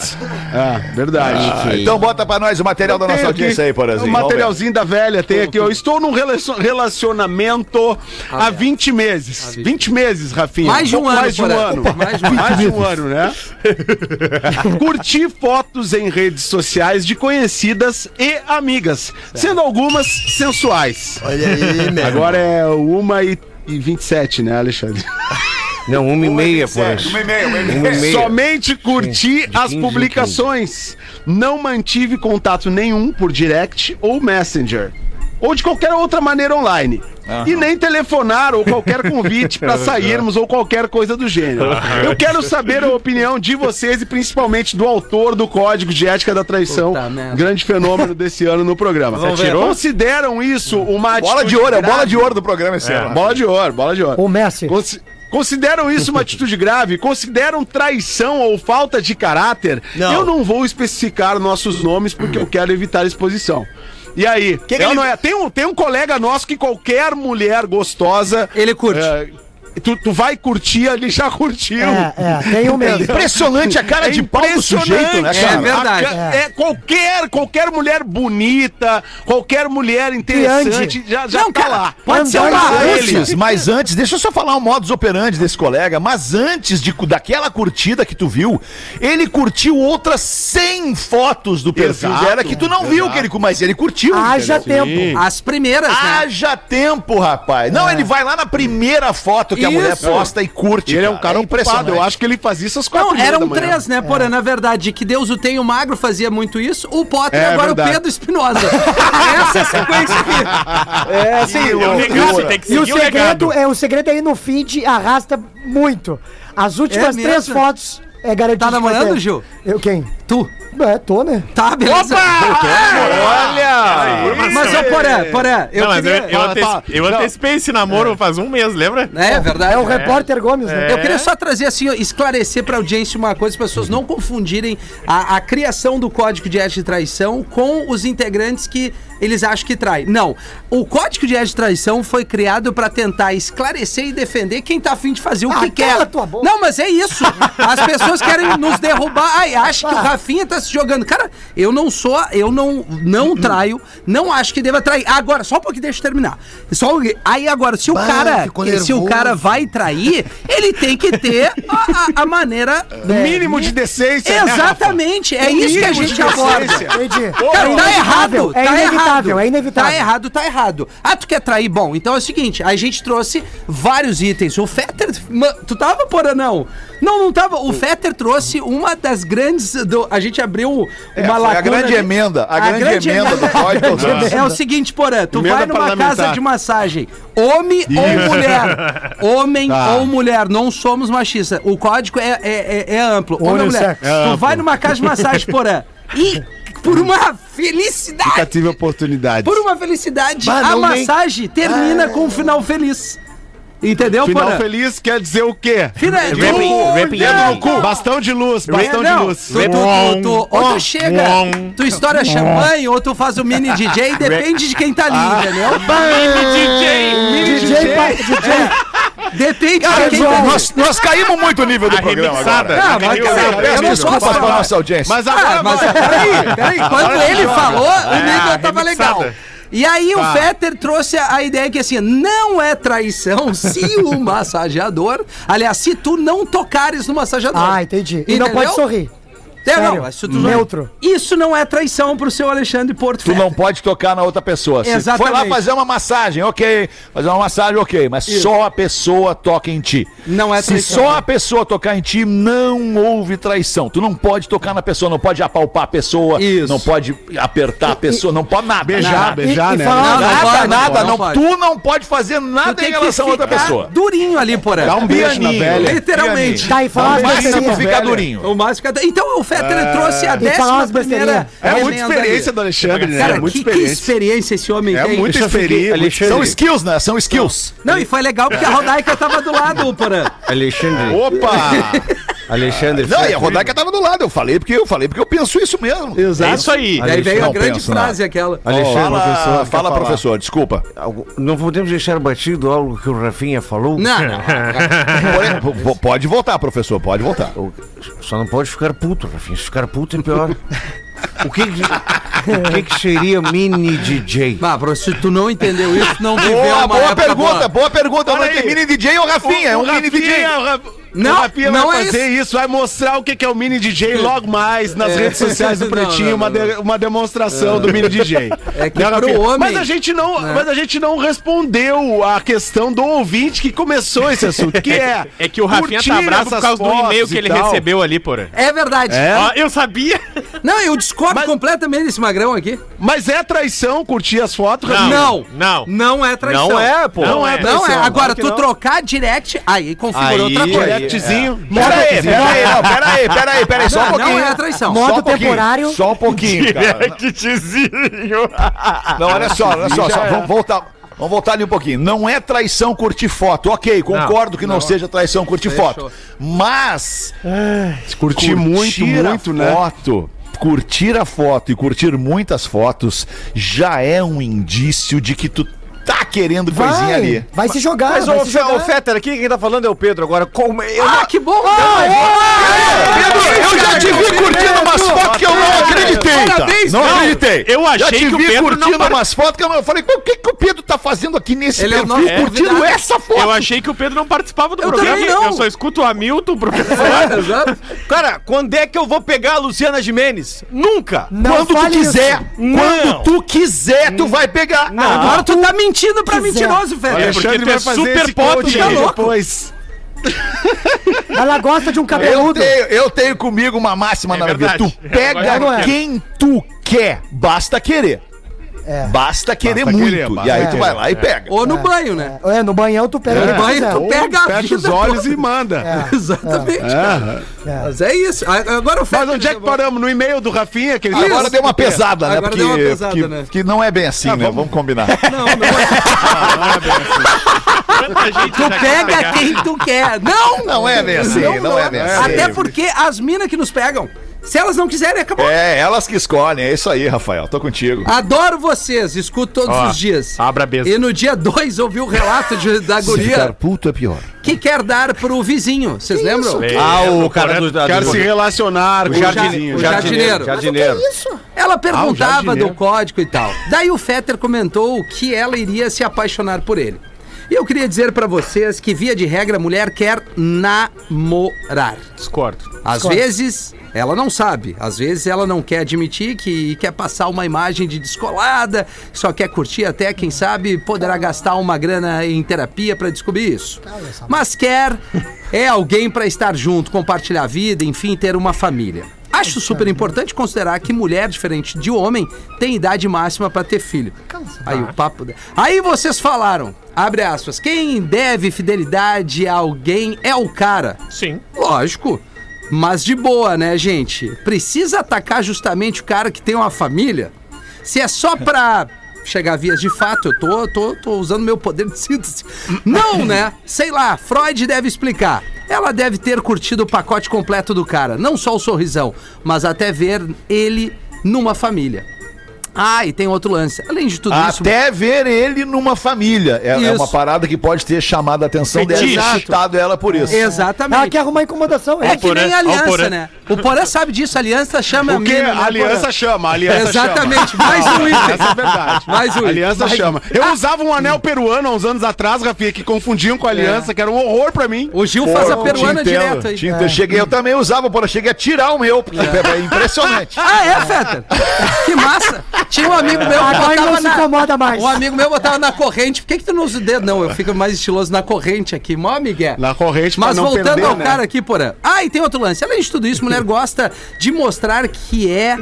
Speaker 7: É,
Speaker 6: Ah,
Speaker 7: verdade.
Speaker 3: Então bota pra nós o material
Speaker 6: Então
Speaker 3: da
Speaker 7: Tem
Speaker 3: nossa
Speaker 7: aqui
Speaker 3: audiência aí, Porazinho.
Speaker 7: O
Speaker 3: Vamos ver.
Speaker 7: um materialzinho da velha tem aqui. Eu estou num relacion- relacionamento há 20 meses. 20 meses, Rafinha.
Speaker 6: Mais de um
Speaker 7: Pouco
Speaker 6: ano,
Speaker 7: Mais de um
Speaker 6: Porã.
Speaker 7: ano.
Speaker 6: Opa, mais de um
Speaker 7: Mais de um ano, né? Curti fotos em redes sociais de conhecidas e amigas, sendo algumas sensuais.
Speaker 10: Olha aí, meu.
Speaker 7: Agora é uma e, e 27, né, Alexandre?
Speaker 10: Não, uma e meia, pô. Uma e meia, uma e meia.
Speaker 7: É, Somente curti as publicações. Não mantive contato nenhum por direct ou messenger. Ou de qualquer outra maneira online. E nem telefonar ou qualquer convite
Speaker 3: É
Speaker 7: para sairmos ou qualquer coisa do gênero.
Speaker 3: Ah,
Speaker 7: Eu quero saber a opinião de vocês e principalmente do autor do Código de Ética da Traição.
Speaker 6: Puta merda.
Speaker 7: Grande fenômeno desse ano no programa.
Speaker 10: Vamos ver.
Speaker 7: Consideram isso
Speaker 3: Bola
Speaker 7: uma
Speaker 3: de
Speaker 7: atitude
Speaker 3: ouro, é
Speaker 7: grave? É.
Speaker 3: bola de ouro do programa esse ano.
Speaker 7: Bola de ouro, bola de ouro.
Speaker 9: Ô, Messi.
Speaker 7: Consi- Consideram isso uma atitude grave? Consideram traição ou falta de caráter?
Speaker 10: Não.
Speaker 7: Eu não vou especificar nossos nomes porque eu quero evitar exposição. E aí?
Speaker 10: que
Speaker 7: é ou
Speaker 10: ele-
Speaker 7: não é? Tem, um, tem um colega nosso que qualquer mulher gostosa.
Speaker 6: Ele curte.
Speaker 7: é, tu, tu vai curtir, ele já curtiu.
Speaker 9: É, é, tem um mesmo.
Speaker 3: Impressionante a cara
Speaker 7: É
Speaker 3: de pau do sujeito, né,
Speaker 7: impressionante,
Speaker 3: cara?
Speaker 6: É verdade.
Speaker 7: A ca- É. qualquer, qualquer mulher bonita, qualquer mulher interessante, já, já
Speaker 6: Não,
Speaker 7: tá
Speaker 6: cara,
Speaker 7: lá.
Speaker 6: pode ser
Speaker 7: Andar
Speaker 6: uma
Speaker 7: com ele.
Speaker 3: Antes, mas antes, deixa eu só falar o modus operandi desse colega, mas antes de, daquela curtida que tu viu, ele curtiu outras 100 fotos do perfil
Speaker 7: Exato,
Speaker 3: dela que tu não viu que ele, mas ele curtiu.
Speaker 9: Haja
Speaker 3: entendeu?
Speaker 9: tempo.
Speaker 6: As primeiras,
Speaker 8: Ah,
Speaker 6: né?
Speaker 3: Haja tempo, rapaz. Não, ele vai lá na primeira foto que a mulher
Speaker 6: Isso.
Speaker 3: posta e curte.
Speaker 7: Ele é um cara
Speaker 3: impressionante.
Speaker 7: ocupado. Eu acho que ele fazia isso às quatro
Speaker 6: Não,
Speaker 7: e meia da
Speaker 6: eram
Speaker 7: manhã. É.
Speaker 6: três, né, Porã? Na verdade, que Deus o tenha, o Magro fazia muito isso, o Potter e
Speaker 7: É,
Speaker 6: agora
Speaker 7: verdade.
Speaker 6: o Pedro Espinosa. Essa é a sequência aqui.
Speaker 9: É, assim,
Speaker 8: É um legado, tem que
Speaker 9: E o
Speaker 8: seguir o legado.
Speaker 9: segredo, é, o segredo aí no feed arrasta muito. As últimas
Speaker 6: É
Speaker 9: três
Speaker 6: mesmo?
Speaker 9: fotos é garantido.
Speaker 6: Tá
Speaker 9: que vai
Speaker 6: namorando,
Speaker 9: ter.
Speaker 6: Gil?
Speaker 9: Eu quem?
Speaker 6: Tu?
Speaker 9: É, tô, né?
Speaker 6: Tá, beleza.
Speaker 7: É!
Speaker 8: Olha!
Speaker 6: Mas, ô, Poré, Poré, eu
Speaker 8: não, mas
Speaker 6: queria...
Speaker 8: eu, eu,
Speaker 6: Fala,
Speaker 8: anteci-
Speaker 6: fala.
Speaker 8: eu antecipei esse namoro faz um mês, lembra?
Speaker 6: É verdade.
Speaker 9: É o repórter Gomes, né?
Speaker 6: Eu queria só trazer assim, ó, esclarecer pra audiência uma coisa, as pessoas não confundirem a, a criação do Código de Ética de Traição com os integrantes que eles acham que traem. Não. O Código de Ética de Traição foi criado pra tentar esclarecer e defender quem tá afim de fazer o
Speaker 9: Ah,
Speaker 6: que
Speaker 9: cala
Speaker 6: quer.
Speaker 9: tua boca.
Speaker 6: Não, mas é isso. As pessoas querem nos derrubar. Ai, acha que o Rafinha tá se jogando. Cara, eu não sou, eu não, não traio, não acho que deva trair. Agora, só um pouquinho, deixa eu terminar. Só, um- aí agora, se o
Speaker 11: Bah,
Speaker 6: cara,
Speaker 11: ficou
Speaker 6: se o
Speaker 11: nervoso.
Speaker 6: cara vai trair, ele tem que ter a, a- a maneira. é,
Speaker 7: O mínimo de decência. né, Rafa?
Speaker 6: Exatamente, é
Speaker 7: O
Speaker 6: isso que a
Speaker 7: mínimo de
Speaker 6: gente aborda.
Speaker 7: decência.
Speaker 9: Entendi.
Speaker 6: Cara, tá errado,
Speaker 9: É
Speaker 6: tá
Speaker 9: inevitável,
Speaker 6: errado.
Speaker 9: é inevitável.
Speaker 6: Tá errado, tá errado. Ah, tu quer trair? Bom, então é o seguinte, a gente trouxe vários itens. O Fetter, ma- tu tava, porra, não? Não, não tava. O Fetter trouxe uma das grandes, do- a gente abriu uma
Speaker 3: foi
Speaker 6: lacuna
Speaker 3: a grande
Speaker 6: ali.
Speaker 3: emenda, a, grande, emenda do Código.
Speaker 6: É o seguinte, Porã, tu
Speaker 7: Emenda
Speaker 6: vai numa
Speaker 7: parlamentar.
Speaker 6: casa de massagem, homem ou mulher. Homem
Speaker 7: Tá.
Speaker 6: ou mulher, não somos machistas. O código é, é, é- é amplo. Homem ou mulher.
Speaker 9: Unissex.
Speaker 7: É
Speaker 6: tu vai numa casa de massagem, Porã, e por uma
Speaker 7: Nunca
Speaker 6: felicidade,
Speaker 7: tive oportunidade.
Speaker 6: por uma felicidade,
Speaker 11: Bah,
Speaker 6: a
Speaker 11: não, Ah. nem-
Speaker 6: massagem termina com um final feliz. Entendeu,
Speaker 7: Final
Speaker 6: Porã?
Speaker 7: feliz quer dizer o quê?
Speaker 6: Final
Speaker 8: Rapping- rapping
Speaker 7: Dedo
Speaker 8: game.
Speaker 7: no cu. Bastão de luz, bastão
Speaker 6: É,
Speaker 7: de
Speaker 6: não,
Speaker 7: luz.
Speaker 6: Tu, tu, tu, tu- ou tu chega, tu estoura champanhe, ou tu faz o mini DJ, depende de quem tá ali, entendeu?
Speaker 9: DJ, pa- DJ.
Speaker 6: Depende de quem tá
Speaker 3: Cara,
Speaker 6: ali.
Speaker 3: nós, nós caímos muito o nível do programa
Speaker 8: remixada.
Speaker 3: agora.
Speaker 6: Ah, mas, cara,
Speaker 3: Eu peço
Speaker 6: eu não sou
Speaker 3: desculpas
Speaker 6: assim,
Speaker 3: para
Speaker 6: cara.
Speaker 3: nossa audiência.
Speaker 7: Mas
Speaker 6: Ah,
Speaker 7: agora
Speaker 6: mas
Speaker 7: vai.
Speaker 6: peraí, peraí. Quando ele falou, o nível tava
Speaker 8: remixada.
Speaker 6: legal. E aí o Fetter trouxe a a ideia que assim, não é traição se o massageador, aliás, se tu não tocares no massageador.
Speaker 9: Ah, entendi. E não
Speaker 6: Entendeu?
Speaker 9: pode sorrir.
Speaker 6: É, não,
Speaker 9: Sério,
Speaker 6: mas se
Speaker 9: neutro.
Speaker 6: Isso não é traição pro seu Alexandre Porto
Speaker 3: Tu
Speaker 6: Fetter.
Speaker 3: não pode tocar na outra pessoa. Se
Speaker 6: É. Exatamente.
Speaker 3: foi lá fazer uma massagem, ok. Fazer uma massagem, ok. Mas só a pessoa toca em ti.
Speaker 6: Não é
Speaker 3: Se
Speaker 6: traição.
Speaker 3: só a pessoa tocar em ti, não houve traição. Tu não pode tocar na pessoa, não pode apalpar a pessoa,
Speaker 6: Isso.
Speaker 3: não pode apertar a pessoa, não pode nada.
Speaker 7: Beijar,
Speaker 3: nada.
Speaker 7: beijar,
Speaker 9: e
Speaker 7: né?
Speaker 9: falar-
Speaker 6: Não, não
Speaker 3: Nada,
Speaker 6: pode,
Speaker 3: nada,
Speaker 6: não
Speaker 3: não,
Speaker 6: pode.
Speaker 3: tu não pode fazer
Speaker 6: Tu
Speaker 3: nada
Speaker 6: tem
Speaker 3: em
Speaker 6: que
Speaker 3: relação a outra
Speaker 6: ficar
Speaker 3: pessoa.
Speaker 6: Durinho ali, porém.
Speaker 7: Dá um beijo na
Speaker 3: Pianinho.
Speaker 7: velha.
Speaker 6: Literalmente.
Speaker 9: Tá, e falar umas
Speaker 3: Mas se tu
Speaker 9: besteirinhas.
Speaker 3: fica durinho.
Speaker 6: O mais fica- Então o Fetter trouxe a
Speaker 9: falar
Speaker 6: décima
Speaker 9: umas
Speaker 6: primeira.
Speaker 9: besteirinhas.
Speaker 7: É muita
Speaker 6: emenda ali.
Speaker 7: experiência do Alexandre, né?
Speaker 6: Cara,
Speaker 7: é muita
Speaker 6: que, que
Speaker 7: experiência.
Speaker 6: experiência esse homem
Speaker 7: É
Speaker 6: tem.
Speaker 7: muita experiência.
Speaker 3: São skills, né? São skills.
Speaker 6: Não, e foi legal porque a Rodaica tava do lado, Porã.
Speaker 5: Alexandre.
Speaker 3: Opa!
Speaker 5: Alexandre.
Speaker 3: Não, e a Rodaica tava do lado. Eu falei porque eu falei porque eu penso isso mesmo.
Speaker 8: É isso aí.
Speaker 6: E aí veio a
Speaker 3: Não
Speaker 6: grande
Speaker 3: penso
Speaker 6: frase aquela.
Speaker 5: Alexandre.
Speaker 3: Fala, fala professor, desculpa.
Speaker 5: algo- Não podemos deixar batido algo que o Rafinha falou.
Speaker 6: Não, não.
Speaker 3: Porém, po- po- pode voltar, professor, pode voltar.
Speaker 5: O- Só não pode ficar puto, Rafinha. Se ficar puto é pior. o que que, o que que seria mini DJ?
Speaker 6: Ah, professor, se tu não entendeu isso, não viveu
Speaker 3: Boa,
Speaker 6: é uma
Speaker 3: boa
Speaker 6: época
Speaker 3: pergunta,
Speaker 6: boa.
Speaker 3: boa pergunta. Não é mini DJ ou Rafinha? É um mini DJ.
Speaker 6: Não,
Speaker 7: Não, o Rafinha
Speaker 6: não
Speaker 7: vai
Speaker 6: é
Speaker 7: fazer isso. vai mostrar o que que é o mini DJ logo mais nas
Speaker 6: É.
Speaker 7: redes sociais do
Speaker 6: Não, não,
Speaker 7: Pretinho,
Speaker 6: não,
Speaker 7: uma, de-
Speaker 6: não.
Speaker 7: uma demonstração do mini DJ.
Speaker 6: É que
Speaker 7: Né,
Speaker 6: pro
Speaker 7: Rafinha?
Speaker 6: homem,
Speaker 7: mas a gente não,
Speaker 6: né?
Speaker 7: mas a gente não respondeu a questão do ouvinte que começou esse assunto, que é
Speaker 8: É que o Rafinha
Speaker 7: curtir
Speaker 8: tá bravo por
Speaker 7: essas
Speaker 8: causa do
Speaker 7: fotos
Speaker 8: e-mail que
Speaker 7: e
Speaker 8: ele
Speaker 7: tal.
Speaker 8: recebeu ali, porra.
Speaker 6: É verdade.
Speaker 8: Ó, eu sabia.
Speaker 6: Não, eu discordo
Speaker 7: Mas-
Speaker 6: completamente desse magrão aqui.
Speaker 7: Mas é traição curtir as fotos? Rafinha?
Speaker 6: Não.
Speaker 8: Não.
Speaker 6: Não é traição.
Speaker 5: Não é, pô.
Speaker 8: Não é.
Speaker 6: Não é.
Speaker 7: Traição,
Speaker 6: Agora,
Speaker 7: claro que
Speaker 6: tu
Speaker 7: não.
Speaker 6: trocar direct, aí configura
Speaker 5: Aí,
Speaker 6: outra coisa.
Speaker 5: aí.
Speaker 7: Directzinho.
Speaker 3: Pera aí, pera aí, É. não, pera aí, pera aí, pera aí, só um
Speaker 6: Não, não
Speaker 3: pouquinho.
Speaker 6: é a traição.
Speaker 9: Modo
Speaker 3: Só um pouquinho,
Speaker 9: temporário.
Speaker 3: Só um pouquinho, cara.
Speaker 8: Directzinho.
Speaker 3: Não, olha só, olha só, só vamos voltar. Vamos voltar ali um pouquinho. Não é traição curtir foto. Ok, concordo que não, seja traição curtir
Speaker 6: Fechou.
Speaker 3: foto. Mas
Speaker 7: Curti muito, muito,
Speaker 3: a
Speaker 7: né?
Speaker 3: foto, curtir a foto e curtir muitas fotos já é um indício de que tu tá querendo coisinha
Speaker 9: Vai,
Speaker 3: ali.
Speaker 9: vai se jogar,
Speaker 5: Mas
Speaker 9: vai
Speaker 5: o,
Speaker 9: se
Speaker 5: Fe-
Speaker 9: jogar.
Speaker 5: o Fetter aqui, quem tá falando é o Pedro agora. Como eu
Speaker 6: Ah, que bom!
Speaker 3: Pedro, eu já te vi curtindo umas fotos que eu não acreditei, tá?
Speaker 6: Parabéns,
Speaker 3: Não
Speaker 6: Pedro.
Speaker 3: acreditei.
Speaker 8: Eu
Speaker 3: Já
Speaker 8: achei
Speaker 3: te
Speaker 8: que o
Speaker 3: vi
Speaker 8: Pedro não
Speaker 3: curtindo
Speaker 8: pare-
Speaker 3: umas fotos que eu não... Eu falei, o que, que o Pedro tá fazendo aqui nesse
Speaker 6: Ele é o
Speaker 3: perfil,
Speaker 6: nosso
Speaker 3: curtindo
Speaker 6: convidado.
Speaker 3: essa foto?
Speaker 8: Eu achei que o Pedro não participava do
Speaker 6: Eu
Speaker 8: programa.
Speaker 6: também não.
Speaker 8: Eu só escuto o Hamilton, professor.
Speaker 6: É, exato.
Speaker 5: Cara, quando é que eu vou pegar a Luciana Jimenez? Nunca!
Speaker 9: Não
Speaker 3: quando tu
Speaker 9: fale isso.
Speaker 3: quiser, quando tu quiser, tu vai pegar.
Speaker 6: Agora tu tá mentindo pra
Speaker 9: Quiser.
Speaker 6: mentiroso, velho.
Speaker 8: porque
Speaker 7: Alexandre
Speaker 8: tu é
Speaker 7: vai fazer
Speaker 8: super
Speaker 7: esse
Speaker 8: pop,
Speaker 7: coaching
Speaker 6: tá louco.
Speaker 7: depois.
Speaker 9: Ela gosta de um
Speaker 3: Eu
Speaker 9: cabeludo.
Speaker 3: tenho, eu tenho comigo uma máxima
Speaker 8: É
Speaker 3: na vida.
Speaker 8: verdade.
Speaker 3: Tu pega
Speaker 8: Agora
Speaker 3: quem tu quer, basta querer.
Speaker 9: É.
Speaker 3: Basta querer
Speaker 7: Basta
Speaker 3: muito.
Speaker 7: querer,
Speaker 3: e
Speaker 7: basta
Speaker 3: aí tu
Speaker 7: querer.
Speaker 3: vai lá e pega.
Speaker 6: Ou no banho, né?
Speaker 9: É, no banhão tu pega.
Speaker 7: É.
Speaker 9: o que
Speaker 6: No banho
Speaker 9: quiser.
Speaker 6: tu pega a
Speaker 7: Fecha
Speaker 6: vida
Speaker 7: os olhos
Speaker 6: toda.
Speaker 7: e manda.
Speaker 9: É.
Speaker 6: Exatamente, cara.
Speaker 7: É.
Speaker 6: Mas é isso. A- Agora né, o
Speaker 7: Mas
Speaker 6: Fetter
Speaker 7: onde é que
Speaker 6: chegou.
Speaker 7: paramos? No e-mail do Rafinha? Que ele
Speaker 3: Agora
Speaker 7: Isso.
Speaker 3: deu uma pesada, né?
Speaker 6: Agora
Speaker 3: porque,
Speaker 6: deu uma pesada,
Speaker 3: porque-
Speaker 6: né?
Speaker 3: porque não é bem assim, né? Vamos combinar.
Speaker 6: Não, não é. Tu pega quem tu quer. Não!
Speaker 3: Não é bem assim, não é bem assim.
Speaker 6: Até porque as minas que nos pegam, se elas não quiserem, acabou.
Speaker 3: É, elas que escolhem. É isso aí, Rafael. Tô contigo.
Speaker 6: Ah, Adoro vocês, escuto todos
Speaker 8: Ó,
Speaker 6: os dias.
Speaker 8: abra a besta.
Speaker 6: E no dia 2 ouvi o relato de- da guria
Speaker 5: puto é pior.
Speaker 6: que quer dar pro vizinho. Vocês lembram?
Speaker 5: Ah, o cara do.
Speaker 7: É, Quero se relacionar com o
Speaker 6: jardine-
Speaker 7: jardim.
Speaker 6: o
Speaker 5: O
Speaker 6: jardineiro.
Speaker 5: jardineiro. Jardineiro.
Speaker 3: Ah,
Speaker 6: Ela perguntava
Speaker 7: jardineiro.
Speaker 6: do código e tal. Daí o Fetter comentou que ela iria se apaixonar por ele. E eu queria dizer pra vocês que, via de regra, a mulher quer namorar.
Speaker 8: Discordo.
Speaker 6: Às vezes ela não sabe, às vezes ela não quer admitir que quer passar uma imagem de descolada, só quer curtir até, quem sabe, poderá gastar uma grana em terapia pra descobrir isso. Mas quer é alguém pra estar junto, compartilhar a vida, enfim, ter uma família. Acho super importante considerar que mulher, diferente de homem, tem idade máxima pra ter filho. Aí o papo. da- Aí vocês falaram, abre aspas, quem deve fidelidade a alguém é o cara.
Speaker 8: Sim.
Speaker 6: Lógico. Mas de boa, né, gente? Precisa atacar justamente o cara que tem uma família? Se é só pra chegar a vias de fato, eu tô, tô, tô usando meu poder de síntese. Não, né? Sei lá, Freud deve explicar. Ela deve ter curtido o pacote completo do cara, não só o sorrisão, mas até ver ele numa família. Ah, e tem outro lance. Além de tudo isso.
Speaker 7: é
Speaker 3: Até ver ele numa família. É, é
Speaker 6: Isso.
Speaker 3: uma parada que pode ter chamado a atenção dela e
Speaker 8: Fetiche.
Speaker 3: excitado ela por isso.
Speaker 6: Exatamente.
Speaker 9: Ela quer arrumar incomodação.
Speaker 6: É
Speaker 9: É.
Speaker 6: que nem
Speaker 8: Porã,
Speaker 6: a
Speaker 8: ó o
Speaker 6: aliança,
Speaker 8: Porã.
Speaker 6: né? O Porã sabe disso, a aliança chama
Speaker 7: O que?
Speaker 6: mina, né,
Speaker 7: A aliança
Speaker 6: Porã?
Speaker 7: chama, a aliança
Speaker 6: Exatamente,
Speaker 7: chama.
Speaker 6: mais um item.
Speaker 7: Essa é verdade.
Speaker 6: Mais um
Speaker 7: A aliança
Speaker 6: item.
Speaker 7: chama. Eu usava um anel peruano há uns anos atrás, Rafinha, que confundiam com a aliança, que era um horror pra mim.
Speaker 6: É. O Gil
Speaker 3: Pô,
Speaker 6: faz a
Speaker 3: eu
Speaker 6: peruana
Speaker 3: te entendo,
Speaker 6: direto aí. É.
Speaker 3: te entendo. Então, Eu Cheguei, eu também usava, porra. Cheguei a tirar o meu, porque é, impressionante.
Speaker 6: Ah, é, Feta? Que massa! Tinha um amigo meu que
Speaker 9: Agora
Speaker 6: botava
Speaker 9: não se
Speaker 6: na...
Speaker 9: incomoda mais.
Speaker 6: Um amigo meu botava na corrente. Por que, que tu não usa o dedo? Não, eu fico mais estiloso na corrente aqui. Mó, Miguel.
Speaker 7: Na corrente, pra
Speaker 6: Mas
Speaker 7: não
Speaker 6: voltando
Speaker 7: perder,
Speaker 6: ao
Speaker 7: né?
Speaker 6: cara aqui, porã. Ah, e tem outro lance. Além de tudo isso, mulher gosta de mostrar que é.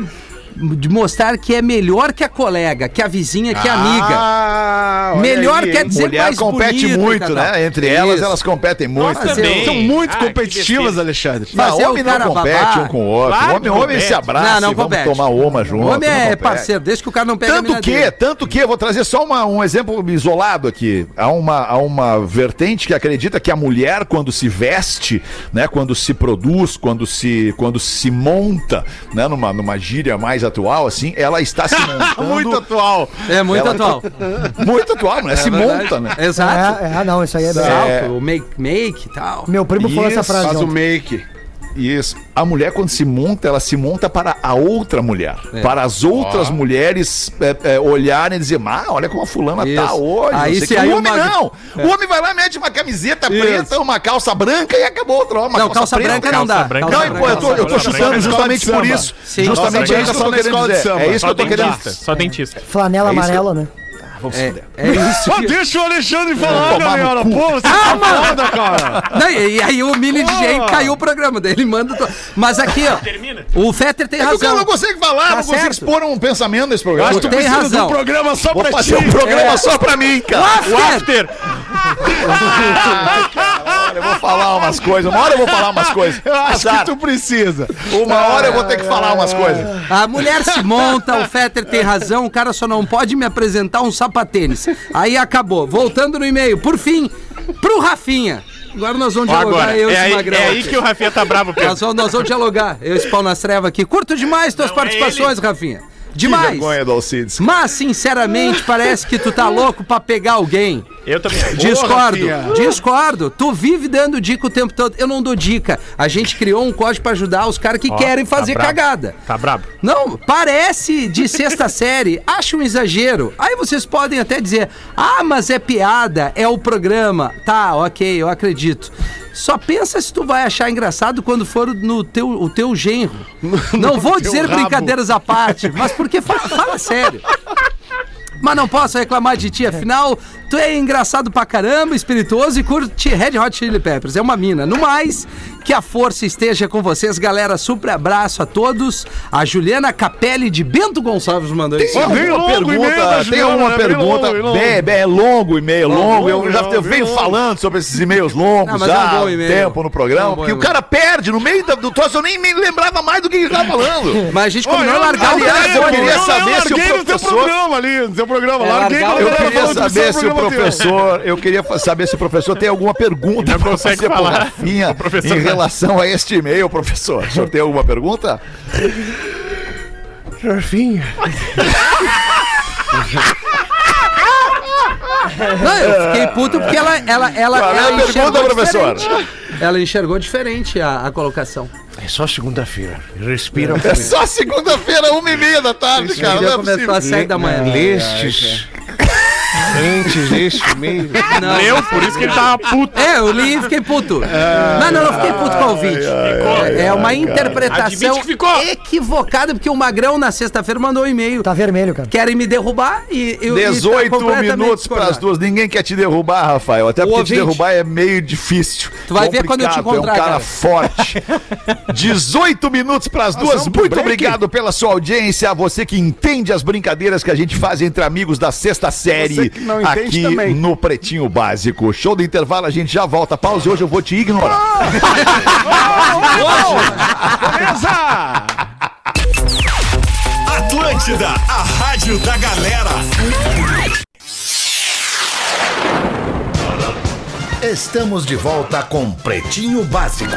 Speaker 6: De mostrar que é melhor que a colega, que a vizinha, que a amiga.
Speaker 7: Ah, olha
Speaker 6: Melhor
Speaker 7: aí,
Speaker 6: quer
Speaker 7: hein?
Speaker 6: dizer
Speaker 3: Mulher
Speaker 6: mais
Speaker 3: compete
Speaker 6: bonito,
Speaker 3: muito,
Speaker 6: cada-
Speaker 3: né? Entre elas,
Speaker 6: Isso.
Speaker 3: elas competem muito.
Speaker 6: Nossa,
Speaker 8: também.
Speaker 7: São muito
Speaker 8: Ah, que
Speaker 7: competitivas,
Speaker 8: besteira.
Speaker 7: Alexandre.
Speaker 3: Mas
Speaker 6: fazer o
Speaker 3: homem não
Speaker 6: cara
Speaker 3: compete
Speaker 6: babar.
Speaker 3: um com o outro.
Speaker 8: Claro que
Speaker 3: homem, homem
Speaker 8: compete.
Speaker 3: se abraça
Speaker 6: Não, não
Speaker 3: e vamos
Speaker 6: compete.
Speaker 3: tomar uma junto.
Speaker 6: O homem
Speaker 3: não
Speaker 6: é
Speaker 3: compete.
Speaker 6: parceiro, desde que o cara não pega a
Speaker 3: Tanto
Speaker 6: mina dele.
Speaker 3: que, tanto que, vou trazer só uma- um exemplo isolado aqui. Há uma, há uma vertente que acredita que a mulher, quando se veste, né, quando se produz, quando se, quando se monta, né, numa, numa gíria mais atual, assim, ela está se montando.
Speaker 7: Muito atual.
Speaker 6: É muito
Speaker 3: Ela-
Speaker 6: atual. É
Speaker 3: Muito atual, né? se
Speaker 6: verdade.
Speaker 3: monta, né?
Speaker 6: Exato.
Speaker 9: É, é, não, isso aí é.
Speaker 6: Salto, o make, make e tal.
Speaker 9: Meu primo falou essa
Speaker 3: Isso,
Speaker 9: frase.
Speaker 7: Faz o
Speaker 9: ontem.
Speaker 7: make.
Speaker 3: Isso. A mulher, quando se monta, ela se monta para a outra mulher.
Speaker 6: É.
Speaker 3: Para as outras mulheres é, é, olharem e dizer, ah, olha como a fulana tá
Speaker 6: Isso.
Speaker 3: hoje.
Speaker 6: Aí
Speaker 3: não
Speaker 6: se
Speaker 3: sei o quê."
Speaker 6: aí
Speaker 3: o homem
Speaker 6: uma-
Speaker 3: não. O homem vai lá, mete uma camiseta preta, uma calça branca e acabou outro. Uma
Speaker 6: Não, calça branca não dá.
Speaker 8: calça branca
Speaker 3: Não,
Speaker 8: Calça
Speaker 3: pô, eu tô, eu tô
Speaker 8: branca,
Speaker 3: chutando
Speaker 8: branca. é
Speaker 3: justamente por isso.
Speaker 6: Sim.
Speaker 3: Justamente
Speaker 7: Calça
Speaker 3: é isso que eu tô
Speaker 7: branca,
Speaker 3: querendo
Speaker 7: escola de
Speaker 3: dizer.
Speaker 7: samba.
Speaker 3: É isso que
Speaker 8: Só
Speaker 3: eu tô querendo
Speaker 8: dentista.
Speaker 3: dizer.
Speaker 8: Só dentista.
Speaker 9: Flanela
Speaker 3: É isso que-
Speaker 9: amarela, né?
Speaker 3: Ah, vou
Speaker 6: É,
Speaker 3: fuder.
Speaker 6: é isso.
Speaker 7: Só deixa o Alexandre falar,
Speaker 3: Tomar no
Speaker 7: galera.
Speaker 3: cu.
Speaker 7: Pô, você tá foda, cara.
Speaker 6: Não, e, e aí o mini DJ caiu o programa dele, manda. to- Mas aqui, ó. O Fetter tem
Speaker 3: É que o cara
Speaker 6: razão.
Speaker 3: não consegue falar,
Speaker 6: Tá
Speaker 3: não consegue
Speaker 6: certo.
Speaker 3: expor um pensamento nesse
Speaker 7: Eu
Speaker 3: programa.
Speaker 7: acho que tu
Speaker 6: Tem
Speaker 3: cara.
Speaker 7: precisa de
Speaker 6: razão.
Speaker 7: um programa só
Speaker 3: Vou
Speaker 7: pra ti.
Speaker 3: fazer um programa
Speaker 6: É.
Speaker 3: só pra mim, cara.
Speaker 8: O
Speaker 6: After!
Speaker 8: after!
Speaker 3: Olha, eu vou falar umas coisas. Uma hora eu vou falar umas coisas.
Speaker 7: Eu acho que
Speaker 3: Azar.
Speaker 7: tu precisa.
Speaker 3: Uma hora eu vou ter que falar umas coisas.
Speaker 6: A mulher se monta, o Fetter tem razão, o cara só não pode me apresentar um sapatênis. Aí acabou. Voltando no e-mail. Por fim, pro Rafinha. Agora nós vamos dialogar,
Speaker 8: Agora,
Speaker 6: eu e
Speaker 8: é
Speaker 6: esse
Speaker 8: aí,
Speaker 6: magrão.
Speaker 8: é aí
Speaker 6: aqui.
Speaker 8: que o Rafinha tá bravo,
Speaker 6: Nós
Speaker 8: Pedro.
Speaker 6: vamos, nós vamos dialogar. Eu e esse pau nas trevas aqui. Curto demais tuas
Speaker 8: Não, é
Speaker 6: participações, Rafinha. Demais.
Speaker 3: Que vergonha do Alcides.
Speaker 6: Mas, sinceramente, parece que tu tá louco pra pegar alguém.
Speaker 8: Eu também.
Speaker 6: Discordo,
Speaker 7: Rafinha.
Speaker 6: discordo. Tu vive dando dica o tempo todo. Eu não dou dica. A gente criou um código pra ajudar os caras que
Speaker 8: Ó,
Speaker 6: querem fazer
Speaker 8: tá brabo.
Speaker 6: cagada.
Speaker 8: Tá brabo.
Speaker 6: Não, parece de sexta série. Acho um exagero. Aí vocês podem até dizer: ah, mas é piada, é o programa. Tá, ok, eu acredito. Só pensa se tu vai achar engraçado quando for no teu, o teu genro. Não vou dizer
Speaker 7: rabo.
Speaker 6: brincadeiras à parte, mas porque fa- fala sério. mas não posso reclamar de ti, afinal, tu é engraçado pra caramba, espirituoso e curte Red Hot Chili Peppers. É uma mina. No mais, que a força esteja com vocês, galera. Super abraço a todos. A Juliana Capelli de Bento Gonçalves mandou isso.
Speaker 3: Tem
Speaker 7: bem
Speaker 3: uma
Speaker 7: longo o e-mail
Speaker 3: pergunta,
Speaker 7: da
Speaker 3: tem
Speaker 7: Juliana,
Speaker 3: uma
Speaker 7: né? Bem
Speaker 3: pergunta.
Speaker 7: longo, bem longo.
Speaker 3: Bem, bem longo e-mail, longo. Eu já
Speaker 7: longo, bem
Speaker 3: venho
Speaker 7: longo.
Speaker 3: falando sobre esses e-mails longos
Speaker 6: Não, mas é um
Speaker 3: já há
Speaker 6: bom
Speaker 3: um
Speaker 6: e-mail.
Speaker 3: tempo no
Speaker 6: É
Speaker 3: programa,
Speaker 6: um bom
Speaker 3: porque o
Speaker 6: e-mail.
Speaker 3: cara perde no meio da- do troço, eu nem me lembrava mais do que ele tava falando.
Speaker 6: Mas a gente combinou
Speaker 7: eu-
Speaker 6: largar o
Speaker 3: aliás, eu
Speaker 6: telefone.
Speaker 3: queria
Speaker 6: né?
Speaker 3: saber se o
Speaker 7: larguei no teu
Speaker 3: professor-
Speaker 7: programa ali, no teu programa.
Speaker 6: É,
Speaker 7: larguei
Speaker 6: largar o-
Speaker 7: quando eu
Speaker 3: Eu
Speaker 6: Ela
Speaker 3: queria
Speaker 6: falou
Speaker 7: falando do seu
Speaker 3: saber se o
Speaker 7: programa teu.
Speaker 3: professor, eu queria fa- saber se o professor tem alguma pergunta para
Speaker 8: consegue
Speaker 3: fazer pro
Speaker 8: falar.
Speaker 3: Rafinha
Speaker 8: professor-
Speaker 3: em relação a este e-mail, professor. O senhor tem alguma pergunta?
Speaker 6: Não, eu fiquei puto porque ela, ela, ela,
Speaker 3: Qual é a
Speaker 6: ela
Speaker 3: pergunta, professora?
Speaker 6: diferente. Ela enxergou diferente a, a colocação.
Speaker 5: É só segunda-feira. Respira.
Speaker 3: É só segunda-feira, uma e meia da tarde, cara. Não
Speaker 6: Entendeu?
Speaker 3: é possível.
Speaker 6: Começou tá às 7 da manhã.
Speaker 5: Lestes. Antes deste mês.
Speaker 6: Não.
Speaker 8: Eu, por isso que ele tava puto.
Speaker 6: É, eu li e fiquei puto. não, não, não fiquei puto com o ouvinte. é uma interpretação
Speaker 8: Admite que ficou.
Speaker 6: equivocada, porque o Magrão na sexta-feira mandou um e-mail.
Speaker 9: Tá vermelho, cara.
Speaker 6: Querem me derrubar e eu. e tá
Speaker 3: 18
Speaker 6: completamente
Speaker 3: minutos para as
Speaker 6: discordado.
Speaker 3: duas. Ninguém quer te derrubar, Rafael. Até
Speaker 6: O
Speaker 3: porque te
Speaker 6: ouvinte.
Speaker 3: derrubar é meio difícil.
Speaker 6: Tu vai ver quando eu te
Speaker 3: Complicado,
Speaker 6: encontrar,
Speaker 3: É um cara,
Speaker 6: cara.
Speaker 3: forte. 18 minutos para as duas.
Speaker 7: vamos pro
Speaker 3: Muito
Speaker 7: break?
Speaker 3: obrigado pela sua audiência. A você que entende as brincadeiras que a gente faz entre amigos da sexta série
Speaker 7: Você que não entende
Speaker 3: aqui
Speaker 7: também.
Speaker 3: no Pretinho Básico. Show do intervalo, a gente já volta. Pausa e hoje eu vou te ignorar.
Speaker 6: Ah!
Speaker 2: Atlântida, a rádio da galera. Estamos de volta com Pretinho Básico.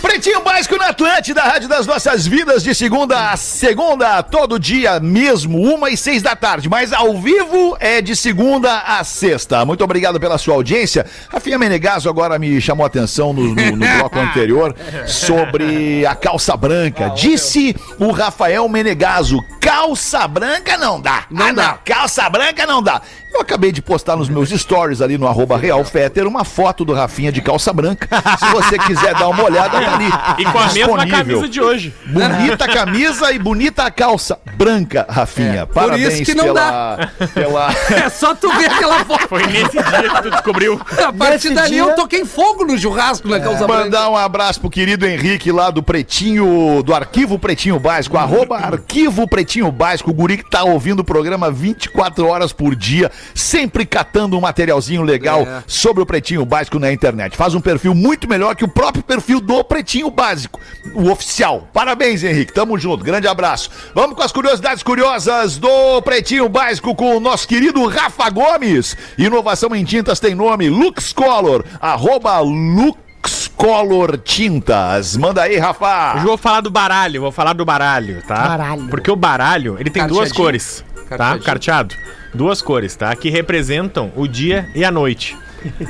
Speaker 3: Pretinho Básico na Atlântida, Rádio das Nossas Vidas, de segunda a segunda, todo dia mesmo, uma e seis da tarde. Mas ao vivo é de segunda a sexta. Muito obrigado pela sua audiência. Rafinha Menegaso agora me chamou a atenção no, no- no bloco anterior sobre a calça branca. Disse o Rafael Menegaso, calça branca não dá.
Speaker 6: Não
Speaker 3: ah,
Speaker 6: dá.
Speaker 3: não, calça branca não dá. Eu acabei de postar nos meus stories ali no arroba Real Fetter uma foto do Rafinha de calça branca. Se você quiser dar uma olhada, tá ali.
Speaker 8: E com a mesma
Speaker 3: disponível.
Speaker 8: camisa de hoje.
Speaker 3: Bonita camisa e bonita a calça branca, Rafinha. Parabéns
Speaker 6: por isso que não
Speaker 3: pela, pela-
Speaker 6: É só tu ver aquela foto.
Speaker 8: Foi nesse dia que tu descobriu.
Speaker 6: A partir
Speaker 9: Nesse
Speaker 6: dali
Speaker 9: dia-
Speaker 6: eu toquei fogo no churrasco né, é na calça branca.
Speaker 3: Mandar um abraço pro querido Henrique lá do Pretinho, do Arquivo Pretinho Básico, arroba Arquivo Pretinho Básico, o guri que tá ouvindo o programa 24 horas por dia, sempre catando um materialzinho legal
Speaker 6: É.
Speaker 3: sobre o Pretinho Básico na internet. Faz um perfil muito melhor que o próprio perfil do Pretinho Básico, o oficial. Parabéns, Henrique, tamo junto, grande abraço. Vamos com as curiosidades curiosas do Pretinho Básico com o nosso querido Rafa Gomes. Inovação em tintas tem nome, Lux Color, arroba Lux Color Tintas. Manda aí,
Speaker 8: Eu
Speaker 3: Rafa.
Speaker 8: vou falar do baralho, vou falar do baralho, tá?
Speaker 9: Baralho.
Speaker 8: Porque o baralho, ele tem duas
Speaker 6: Carteadinho.
Speaker 8: cores, tá?
Speaker 6: Carteadinho.
Speaker 8: Carteado. Duas cores, tá? Que representam o dia e a noite.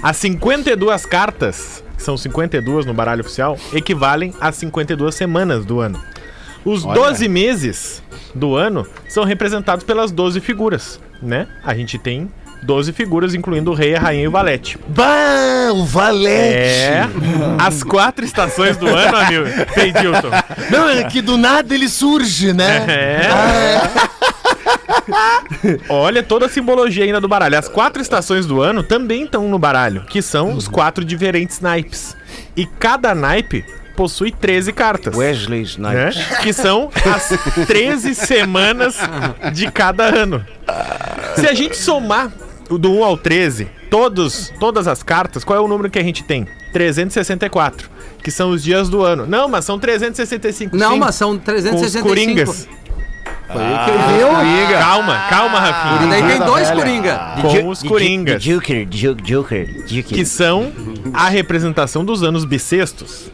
Speaker 8: As 52 cartas, que são 52 no baralho oficial, equivalem às 52 semanas do ano. Os 12 meses do ano são representados pelas 12 figuras, né? A gente tem 12 figuras, incluindo o rei, a rainha e o valete.
Speaker 11: Bah, o valete!
Speaker 8: É. As quatro estações do ano, amigo. Tem Dilton.
Speaker 11: Não, é que do nada ele surge, né? é.
Speaker 8: É. Olha toda a simbologia ainda do baralho. As quatro estações do ano também estão no baralho, que são os quatro diferentes naipes. E cada naipe possui 13 cartas.
Speaker 5: Wesley Snipes.
Speaker 8: né? Que são as 13 semanas de cada ano. Se a gente somar o do 1 ao 13, todos, todas as cartas, qual é o número que a gente tem? 364, que são os dias do ano. Não, mas são 365.
Speaker 6: Não,
Speaker 8: sim.
Speaker 6: mas são
Speaker 8: com os
Speaker 6: 365.
Speaker 8: coringas. Ah,
Speaker 6: Viu?
Speaker 8: Calma, calma, Rafinha.
Speaker 6: E daí tem dois coringa.
Speaker 8: É, Com os coringas,
Speaker 5: Joker, Joker, Joker, Joker.
Speaker 8: que são a representação dos anos bissextos.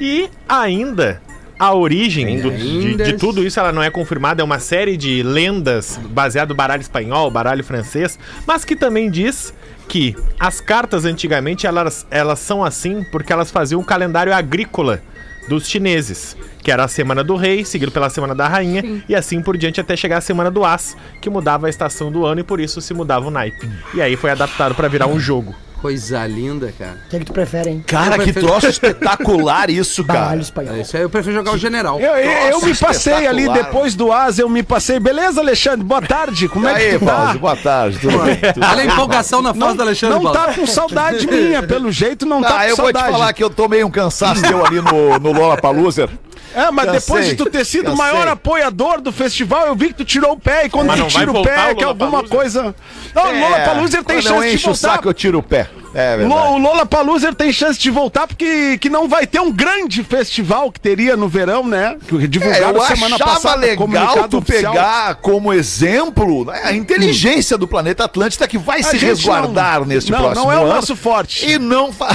Speaker 8: E ainda a origem do- de, de tudo isso ela não é confirmada, é uma série de lendas baseado no baralho espanhol, baralho francês, mas que também diz que as cartas antigamente elas, elas são assim porque elas faziam o calendário agrícola dos chineses, que era a semana do rei, seguido pela semana da rainha e assim por diante até chegar a semana do as, que mudava a estação do ano e por isso se mudava o naipe. E aí foi adaptado para virar um jogo.
Speaker 6: Coisa linda, cara.
Speaker 9: O que, é que tu prefere, hein?
Speaker 3: Cara,
Speaker 6: Eu
Speaker 3: que
Speaker 6: prefiro-
Speaker 3: troço espetacular isso, cara.
Speaker 9: Baralhos espanhol.
Speaker 6: É isso aí, eu prefiro jogar o general.
Speaker 7: Eu, eu- eu me
Speaker 3: Nossa,
Speaker 7: passei ali,
Speaker 3: espetacular.
Speaker 7: depois do Asa, eu me passei. Beleza, Alexandre? Boa tarde, como é que
Speaker 3: Aí,
Speaker 7: tu tá?
Speaker 3: Pause, boa tarde. Tudo bem? Ah, Tudo
Speaker 6: Olha a
Speaker 3: bem?
Speaker 6: empolgação na
Speaker 7: Não,
Speaker 6: foto do Alexandre
Speaker 7: não
Speaker 6: Baldo.
Speaker 7: tá com saudade minha, pelo jeito não tá
Speaker 3: Ah,
Speaker 7: com
Speaker 3: eu vou te
Speaker 7: saudade.
Speaker 3: falar que eu tomei um cansaço teu ali no, no Lola Paluser.
Speaker 7: É, mas
Speaker 3: Cansei,
Speaker 7: depois de tu ter sido o
Speaker 3: cansei.
Speaker 7: maior apoiador do festival, eu vi que tu tirou o pé. E quando
Speaker 8: Mas
Speaker 7: tu
Speaker 8: não vai
Speaker 7: tira o
Speaker 8: voltar
Speaker 7: pé,
Speaker 8: o
Speaker 7: que é alguma
Speaker 8: Lollapalooza?
Speaker 7: coisa. Não, o Lola Paluser tem
Speaker 3: É, quando eu
Speaker 7: chance de
Speaker 3: encho o
Speaker 7: voltar.
Speaker 3: saco, eu tiro o pé. É
Speaker 7: Lo-
Speaker 3: verdade.
Speaker 7: o Lola Paluser tem chance de voltar porque que não vai ter um grande festival que teria no verão, né? Que
Speaker 3: É,
Speaker 7: divulgaram
Speaker 3: eu
Speaker 7: semana
Speaker 3: achava
Speaker 7: passada.
Speaker 3: legal
Speaker 7: comunicado
Speaker 3: tu
Speaker 7: oficial.
Speaker 3: pegar como exemplo né, a inteligência do planeta Atlântida que vai se
Speaker 7: gente
Speaker 3: resguardar
Speaker 7: não-
Speaker 3: neste
Speaker 7: não,
Speaker 3: próximo
Speaker 7: não é o
Speaker 3: ano.
Speaker 7: nosso forte.
Speaker 3: E não, fa...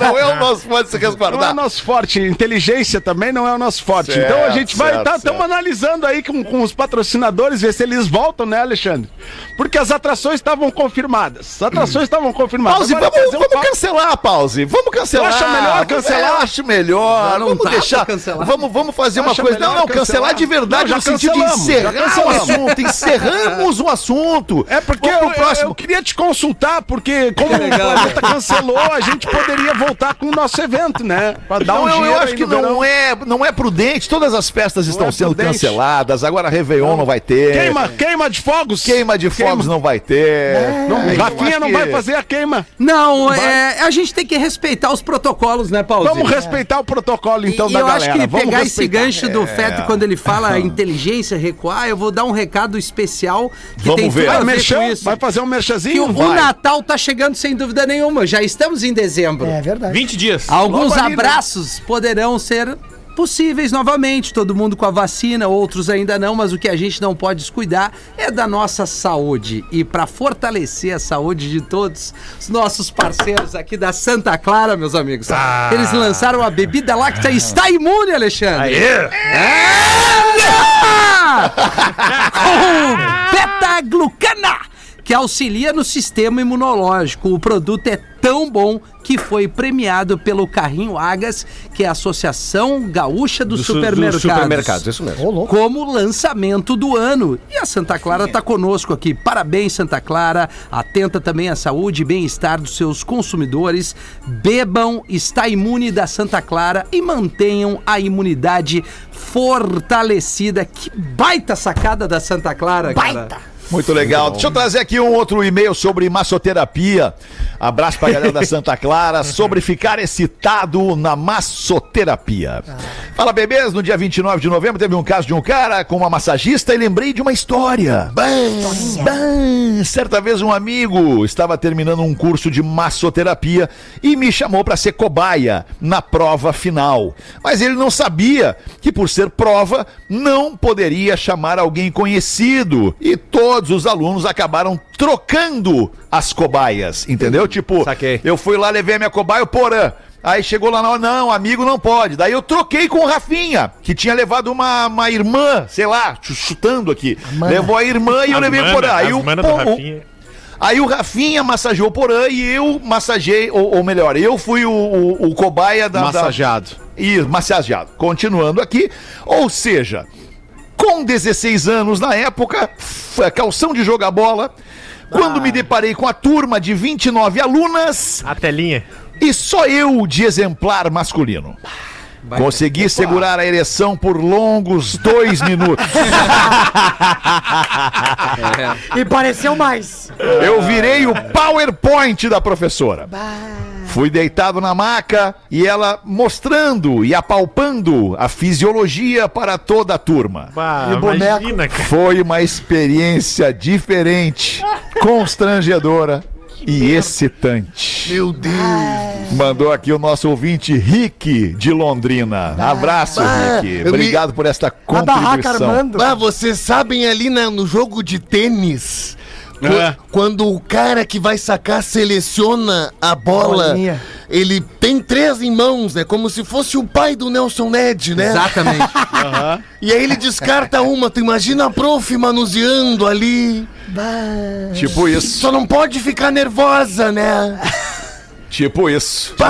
Speaker 3: não é o nosso forte se resguardar.
Speaker 7: Não é o nosso forte, inteligência também não é o nosso forte.
Speaker 3: Certo,
Speaker 7: então a gente vai
Speaker 3: certo,
Speaker 7: estar
Speaker 3: certo.
Speaker 7: analisando aí com, com os patrocinadores, ver se eles voltam, né, Alexandre? Porque as atrações estavam confirmadas. As atrações estavam confirmadas.
Speaker 3: Pause,
Speaker 7: Agora
Speaker 3: vamos,
Speaker 7: fazer um
Speaker 3: vamos
Speaker 7: papo.
Speaker 3: cancelar a pause. Vamos cancelar.
Speaker 7: Tu acha melhor cancelar?
Speaker 3: Eu acho melhor.
Speaker 6: Não, não
Speaker 3: vamos
Speaker 7: tá.
Speaker 6: dá pra
Speaker 3: deixar.
Speaker 6: cancelar.
Speaker 3: Vamos, vamos fazer uma
Speaker 7: Acha
Speaker 3: coisa. Não,
Speaker 7: melhor
Speaker 3: não, cancelar
Speaker 7: cancelar?
Speaker 3: de verdade
Speaker 7: Não, já
Speaker 3: no sentido de
Speaker 7: cancelamos, já
Speaker 3: encerrar o
Speaker 7: cancelamos.
Speaker 3: assunto. Encerramos o assunto.
Speaker 7: É porque
Speaker 3: Vamos
Speaker 7: eu,
Speaker 3: pro próximo.
Speaker 7: eu queria te consultar, porque como o planeta
Speaker 3: né?
Speaker 7: cancelou, a gente poderia voltar com o nosso evento, né? Pra dar
Speaker 3: Não, eu-
Speaker 7: um
Speaker 3: eu,
Speaker 7: dinheiro
Speaker 3: acho
Speaker 7: aí
Speaker 3: que
Speaker 7: no verão.
Speaker 3: não é, não é prudente. Todas as festas estão
Speaker 7: é
Speaker 3: sendo
Speaker 7: prudente.
Speaker 3: canceladas. Agora Réveillon não, vai ter.
Speaker 7: Queima, queima de fogos.
Speaker 3: é. Queima de fogos não vai ter.
Speaker 7: Não,
Speaker 3: É,
Speaker 7: Rafinha
Speaker 3: eu
Speaker 7: não
Speaker 3: acho
Speaker 7: vai
Speaker 3: que-
Speaker 7: fazer a queima.
Speaker 6: Não, é, a gente tem que respeitar os protocolos, né, Paulo?
Speaker 7: Vamos respeitar o protocolo, então,
Speaker 6: e
Speaker 7: da
Speaker 6: eu
Speaker 7: galera.
Speaker 6: acho que
Speaker 7: Vamos
Speaker 6: pegar esse
Speaker 7: respeitar. É.
Speaker 6: gancho do Feto quando ele fala inteligência, recuar, eu vou dar um recado especial que
Speaker 3: Vamos
Speaker 6: tem
Speaker 3: ver.
Speaker 6: tudo a
Speaker 7: Vai,
Speaker 6: ver
Speaker 7: merchan,
Speaker 6: com isso.
Speaker 7: Ah, vai fazer um
Speaker 6: que o,
Speaker 7: merchazinho?
Speaker 6: o Natal tá chegando sem dúvida nenhuma, já estamos em dezembro.
Speaker 9: É verdade.
Speaker 8: 20 dias.
Speaker 6: Alguns
Speaker 7: Logo ali, né?
Speaker 6: abraços poderão ser possíveis novamente, todo mundo com a vacina, outros ainda não, mas o que a gente não pode descuidar é da nossa saúde. E para fortalecer a saúde de todos, os nossos parceiros aqui da Santa Clara, meus amigos,
Speaker 7: Tá.
Speaker 6: eles lançaram a bebida láctea está imune, Alexandre. É, com beta-glucana, que auxilia no sistema imunológico. O produto é tão bom que foi premiado pelo Carrinho Agas, que é a Associação Gaúcha dos Supermercados.
Speaker 5: supermercados, isso mesmo.
Speaker 9: Ô, louco.
Speaker 6: Como lançamento do ano. E a Santa Clara está conosco aqui. Parabéns, Santa Clara. Atenta também à saúde e bem-estar dos seus consumidores. Bebam, está imune da Santa Clara e mantenham a imunidade fortalecida. Que baita sacada da Santa Clara, cara. Baita!
Speaker 3: Muito legal. Deixa eu trazer aqui um outro e-mail sobre massoterapia. Abraço pra galera da Santa Clara sobre ficar excitado na massoterapia. Fala, bebês. No dia 29 de novembro teve um caso de um cara com uma massagista e lembrei de uma história. Bam, bam. Certa vez um amigo estava terminando um curso de massoterapia e me chamou pra ser cobaia na prova final. Mas ele não sabia que por ser prova não poderia chamar alguém conhecido e todos os alunos acabaram trocando as cobaias, entendeu? Tipo,
Speaker 5: Saquei.
Speaker 3: eu fui lá, levei a minha cobaia, o Porã. Aí chegou lá na hora, não, amigo não pode. Daí eu troquei com o Rafinha, que tinha levado uma, uma irmã, sei lá, ch- chutando aqui. Levou a irmã e eu
Speaker 8: As
Speaker 3: levei o
Speaker 8: mana-
Speaker 3: Porã. Aí
Speaker 8: as
Speaker 3: o,
Speaker 8: mana
Speaker 3: pô-
Speaker 8: do Rafinha.
Speaker 3: Aí o Rafinha massageou o Porã e eu massagei, ou, ou melhor, eu fui o, o- o cobaia da.
Speaker 7: Massageado.
Speaker 3: Da... Isso, massageado. Continuando aqui. Ou seja, com 16 anos na época, f- calção de jogar bola. Quando me deparei com a turma de 29 alunas
Speaker 8: A telinha.
Speaker 3: e só eu de exemplar masculino. Consegui segurar a ereção por longos dois minutos.
Speaker 9: E pareceu mais.
Speaker 3: Eu virei o PowerPoint da professora. Fui deitado na maca e ela mostrando e apalpando a fisiologia para toda a turma.
Speaker 8: Bah,
Speaker 9: E boneco.
Speaker 8: imagina, cara.
Speaker 3: Foi uma experiência diferente, constrangedora e excitante. Meu Deus! Mandou aqui o nosso ouvinte Rick de Londrina. Abraço, Rick.
Speaker 11: eu me-
Speaker 3: Obrigado por esta
Speaker 9: A barraca
Speaker 3: contribuição.
Speaker 9: armando.
Speaker 11: Ah, vocês sabem ali na- no jogo de tênis.
Speaker 7: É.
Speaker 11: qu- Quando o cara que vai sacar seleciona a bola,
Speaker 9: Bolinha.
Speaker 11: ele tem três em mãos, é como se fosse o pai do Nelson Ned, né?
Speaker 6: Exatamente.
Speaker 11: E aí ele descarta uma, tu imagina a prof manuseando ali.
Speaker 9: Bah.
Speaker 3: Tipo isso.
Speaker 11: Só não pode ficar nervosa, né?
Speaker 3: Tipo isso.
Speaker 7: Ah,
Speaker 11: Pá,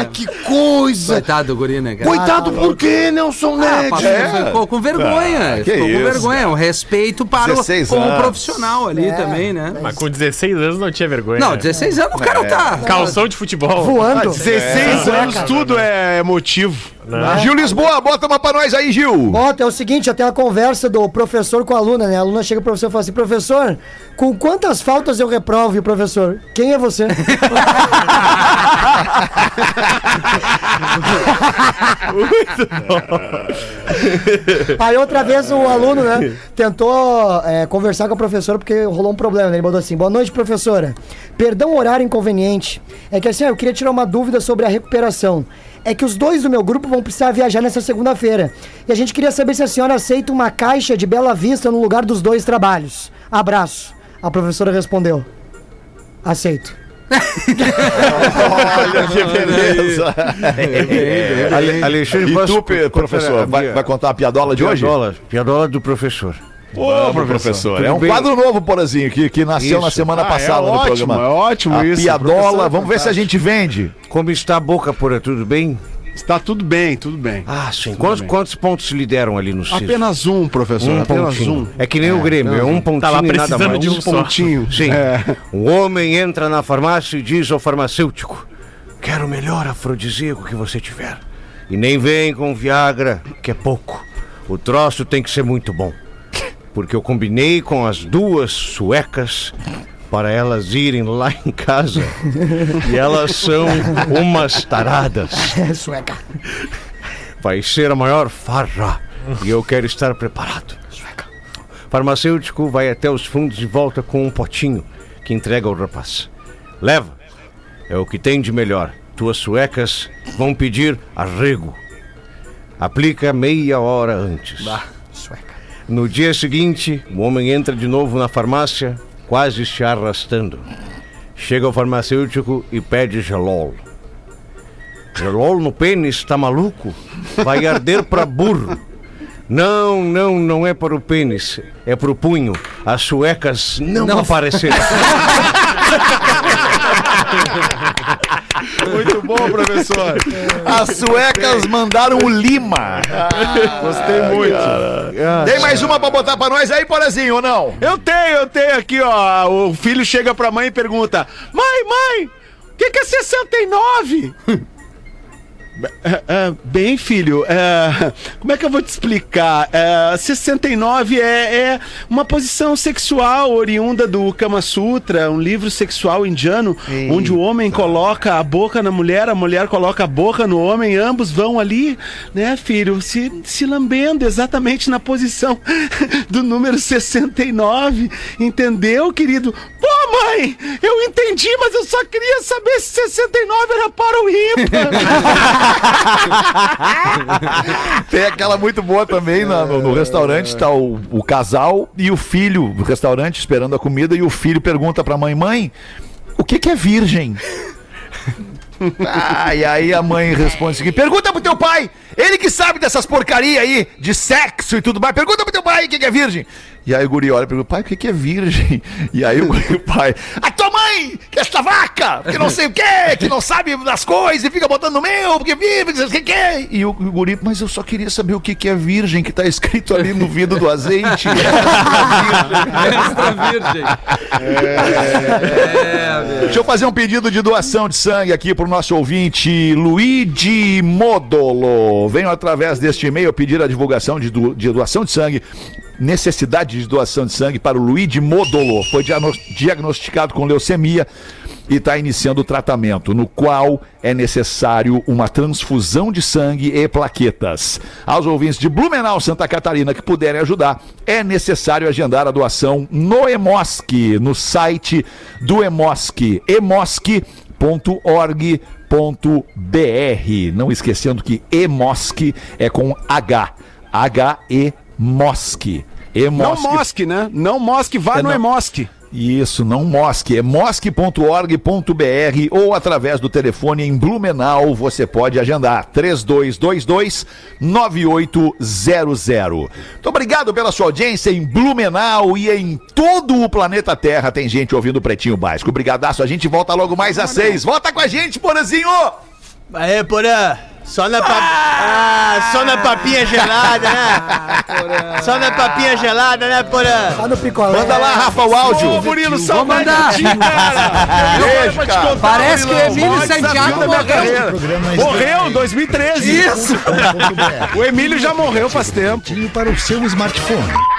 Speaker 11: Ah, que coisa!
Speaker 6: Coitado do guri, né, cara?
Speaker 11: Coitado por quê, Nelson
Speaker 6: Ah,
Speaker 11: Ned?
Speaker 6: passou-
Speaker 3: É.
Speaker 6: ficou com vergonha.
Speaker 3: Ah, que
Speaker 6: ficou
Speaker 3: isso,
Speaker 6: com vergonha. O respeito para o,
Speaker 3: 16
Speaker 6: como
Speaker 3: anos.
Speaker 6: profissional ali
Speaker 9: É.
Speaker 6: também, né?
Speaker 8: Mas com 16 anos não tinha
Speaker 3: É.
Speaker 8: vergonha.
Speaker 6: Não,
Speaker 8: né?
Speaker 6: 16 anos o cara tá.
Speaker 8: Calção de futebol.
Speaker 9: Voando.
Speaker 7: 16
Speaker 9: É,
Speaker 7: anos,
Speaker 9: cara.
Speaker 7: tudo é motivo. né?
Speaker 3: Gil Lisboa, bota uma pra nós aí, Gil.
Speaker 9: Bota, é o seguinte, já tem a conversa do professor com a aluna, né? A aluna chega pro professor e fala assim, professor, com quantas faltas eu reprovo? E o professor, quem é você? Aí outra vez o aluno, né, tentou é, conversar com a professora porque rolou um problema, né? Ele mandou assim, boa noite, professora. Perdão o horário inconveniente. É que assim, ó, eu queria tirar uma dúvida sobre a recuperação. É que os dois do meu grupo vão precisar viajar nessa segunda-feira. E a gente queria saber se a senhora aceita uma caixa de Bela Vista no lugar dos dois trabalhos. Abraço. A professora respondeu. Aceito.
Speaker 3: Olha que beleza.
Speaker 7: é,
Speaker 5: Ale- Alexandre,
Speaker 3: E
Speaker 5: posso
Speaker 3: tu, pe-
Speaker 5: contar a
Speaker 3: professor, vai,
Speaker 5: minha-
Speaker 3: vai contar a piadola de hoje?
Speaker 5: Piadola, piadola do professor.
Speaker 3: Ô, professor. É um
Speaker 5: bem?
Speaker 3: quadro novo, Porazinho, que, que nasceu
Speaker 5: Isso.
Speaker 3: na semana
Speaker 7: Ah,
Speaker 3: passada
Speaker 7: é
Speaker 3: no
Speaker 7: ótimo,
Speaker 3: programa.
Speaker 7: é ótimo
Speaker 3: a
Speaker 7: isso.
Speaker 3: piadola,
Speaker 7: Professor,
Speaker 3: vamos ver se a gente vende.
Speaker 5: Como está a boca, Porã? Tudo bem?
Speaker 7: Está tudo bem, tudo bem.
Speaker 5: Ah, sim. Quantos, quantos pontos lhe deram ali no CIS?
Speaker 7: Apenas um, professor.
Speaker 5: um
Speaker 7: apenas
Speaker 5: pontinho.
Speaker 7: um.
Speaker 5: É que nem o Grêmio, é um pontinho
Speaker 8: Tá lá
Speaker 5: e nada
Speaker 8: precisando
Speaker 5: mais.
Speaker 8: de um só.
Speaker 7: pontinho.
Speaker 5: Sim.
Speaker 7: É.
Speaker 5: O homem entra na farmácia e diz ao farmacêutico: Quero o melhor afrodisíaco que você tiver. E nem vem com Viagra, que é pouco. O troço tem que ser muito bom. Porque eu combinei com as duas suecas para elas irem lá em casa. E elas são umas taradas.
Speaker 9: É sueca.
Speaker 5: Vai ser a maior farra. E eu quero estar preparado. Farmacêutico vai até os fundos e volta com um potinho que entrega ao rapaz. Leva. É o que tem de melhor. Tuas suecas vão pedir arrego. Aplica meia hora antes. No dia seguinte, o homem entra de novo na farmácia, quase se arrastando. Chega ao farmacêutico e pede gelol. Gelol no pênis, tá maluco? Vai arder pra burro. Não, não, não é para o pênis, é para o punho. As suecas não, apareceram.
Speaker 7: Muito bom, professor.
Speaker 3: As suecas mandaram o Lima.
Speaker 7: Gostei muito.
Speaker 3: Tem mais uma pra botar pra nós aí, Porazinho, ou não?
Speaker 7: Eu tenho, eu tenho aqui, ó. O filho chega pra mãe e pergunta: Mãe, mãe, o que, que é 69? É, é, bem, filho, é, como é que eu vou te explicar? É, 69 é, é uma posição sexual oriunda do Kama Sutra, um livro sexual indiano, onde o homem coloca a boca na mulher, a mulher coloca a boca no homem, ambos vão ali, né, filho, se, se lambendo exatamente na posição do número 69. Entendeu, querido? Pô, mãe, eu entendi, mas eu só queria saber se 69 era para o ímpar.
Speaker 3: Tem aquela muito boa também na- no, no restaurante, tá o, o casal e o filho no restaurante esperando a comida e o filho pergunta pra mãe, mãe, o que que é virgem? Ah, e aí a mãe responde o seguinte, pergunta pro teu pai, ele que sabe dessas porcaria aí, de sexo e tudo mais, pergunta pro teu pai o que que é virgem. E aí o guri olha e pergunta, pai, o que que é virgem? E aí o, guri- o pai, a tua mãe, que é esta vaca, que não sei o que, que não sabe das coisas e fica botando no meu, porque vive, que não sei o que é. E o, o guri, mas eu só queria saber o que que é virgem, que tá escrito ali no vidro do azeite.
Speaker 6: Extra virgem. É, velho.
Speaker 3: Deixa eu fazer um pedido de doação de sangue aqui pro nosso ouvinte Luigi Modolo. Venho através deste e-mail pedir a divulgação de, do- de doação de sangue. Necessidade de doação de sangue para o Luigi Modolo. Foi diagnos- diagnosticado com leucemia e está iniciando o tratamento, no qual é necessário uma transfusão de sangue e plaquetas. Aos ouvintes de Blumenau, Santa Catarina, que puderem ajudar, é necessário agendar a doação no Emosc, no site do Emosc, emosc.org.br. Não esquecendo que Emosc é com H, H-E-Mosc.
Speaker 7: Não
Speaker 3: Emosc.
Speaker 7: mosque, né? Não mosque, vá
Speaker 3: É,
Speaker 7: no
Speaker 3: não.
Speaker 7: Emosque.
Speaker 3: Isso, não mosque. É mosque.org.br ou através do telefone em Blumenau você pode agendar 3222-9800. Muito obrigado pela sua audiência em Blumenau e em todo o planeta Terra. Tem gente ouvindo o Pretinho Básico. Obrigadaço. A gente volta logo mais às seis. Volta com a gente, Porazinho! É.
Speaker 6: É,
Speaker 5: Aê, Porã! Só na, pa- Ah, só na papinha gelada,
Speaker 7: Ah,
Speaker 5: né? Só na papinha gelada, né, Porã? Só no picolé.
Speaker 3: Manda Tá lá, Rafa, o áudio. Ô, Murilo,
Speaker 5: saudade
Speaker 6: de ti,
Speaker 5: cara.
Speaker 3: Beijo, cara.
Speaker 6: Parece que o Emílio Santiago morreu.
Speaker 12: Morreu em 2013.
Speaker 6: Isso.
Speaker 12: o Emílio já morreu faz tempo.
Speaker 13: Para o seu smartphone.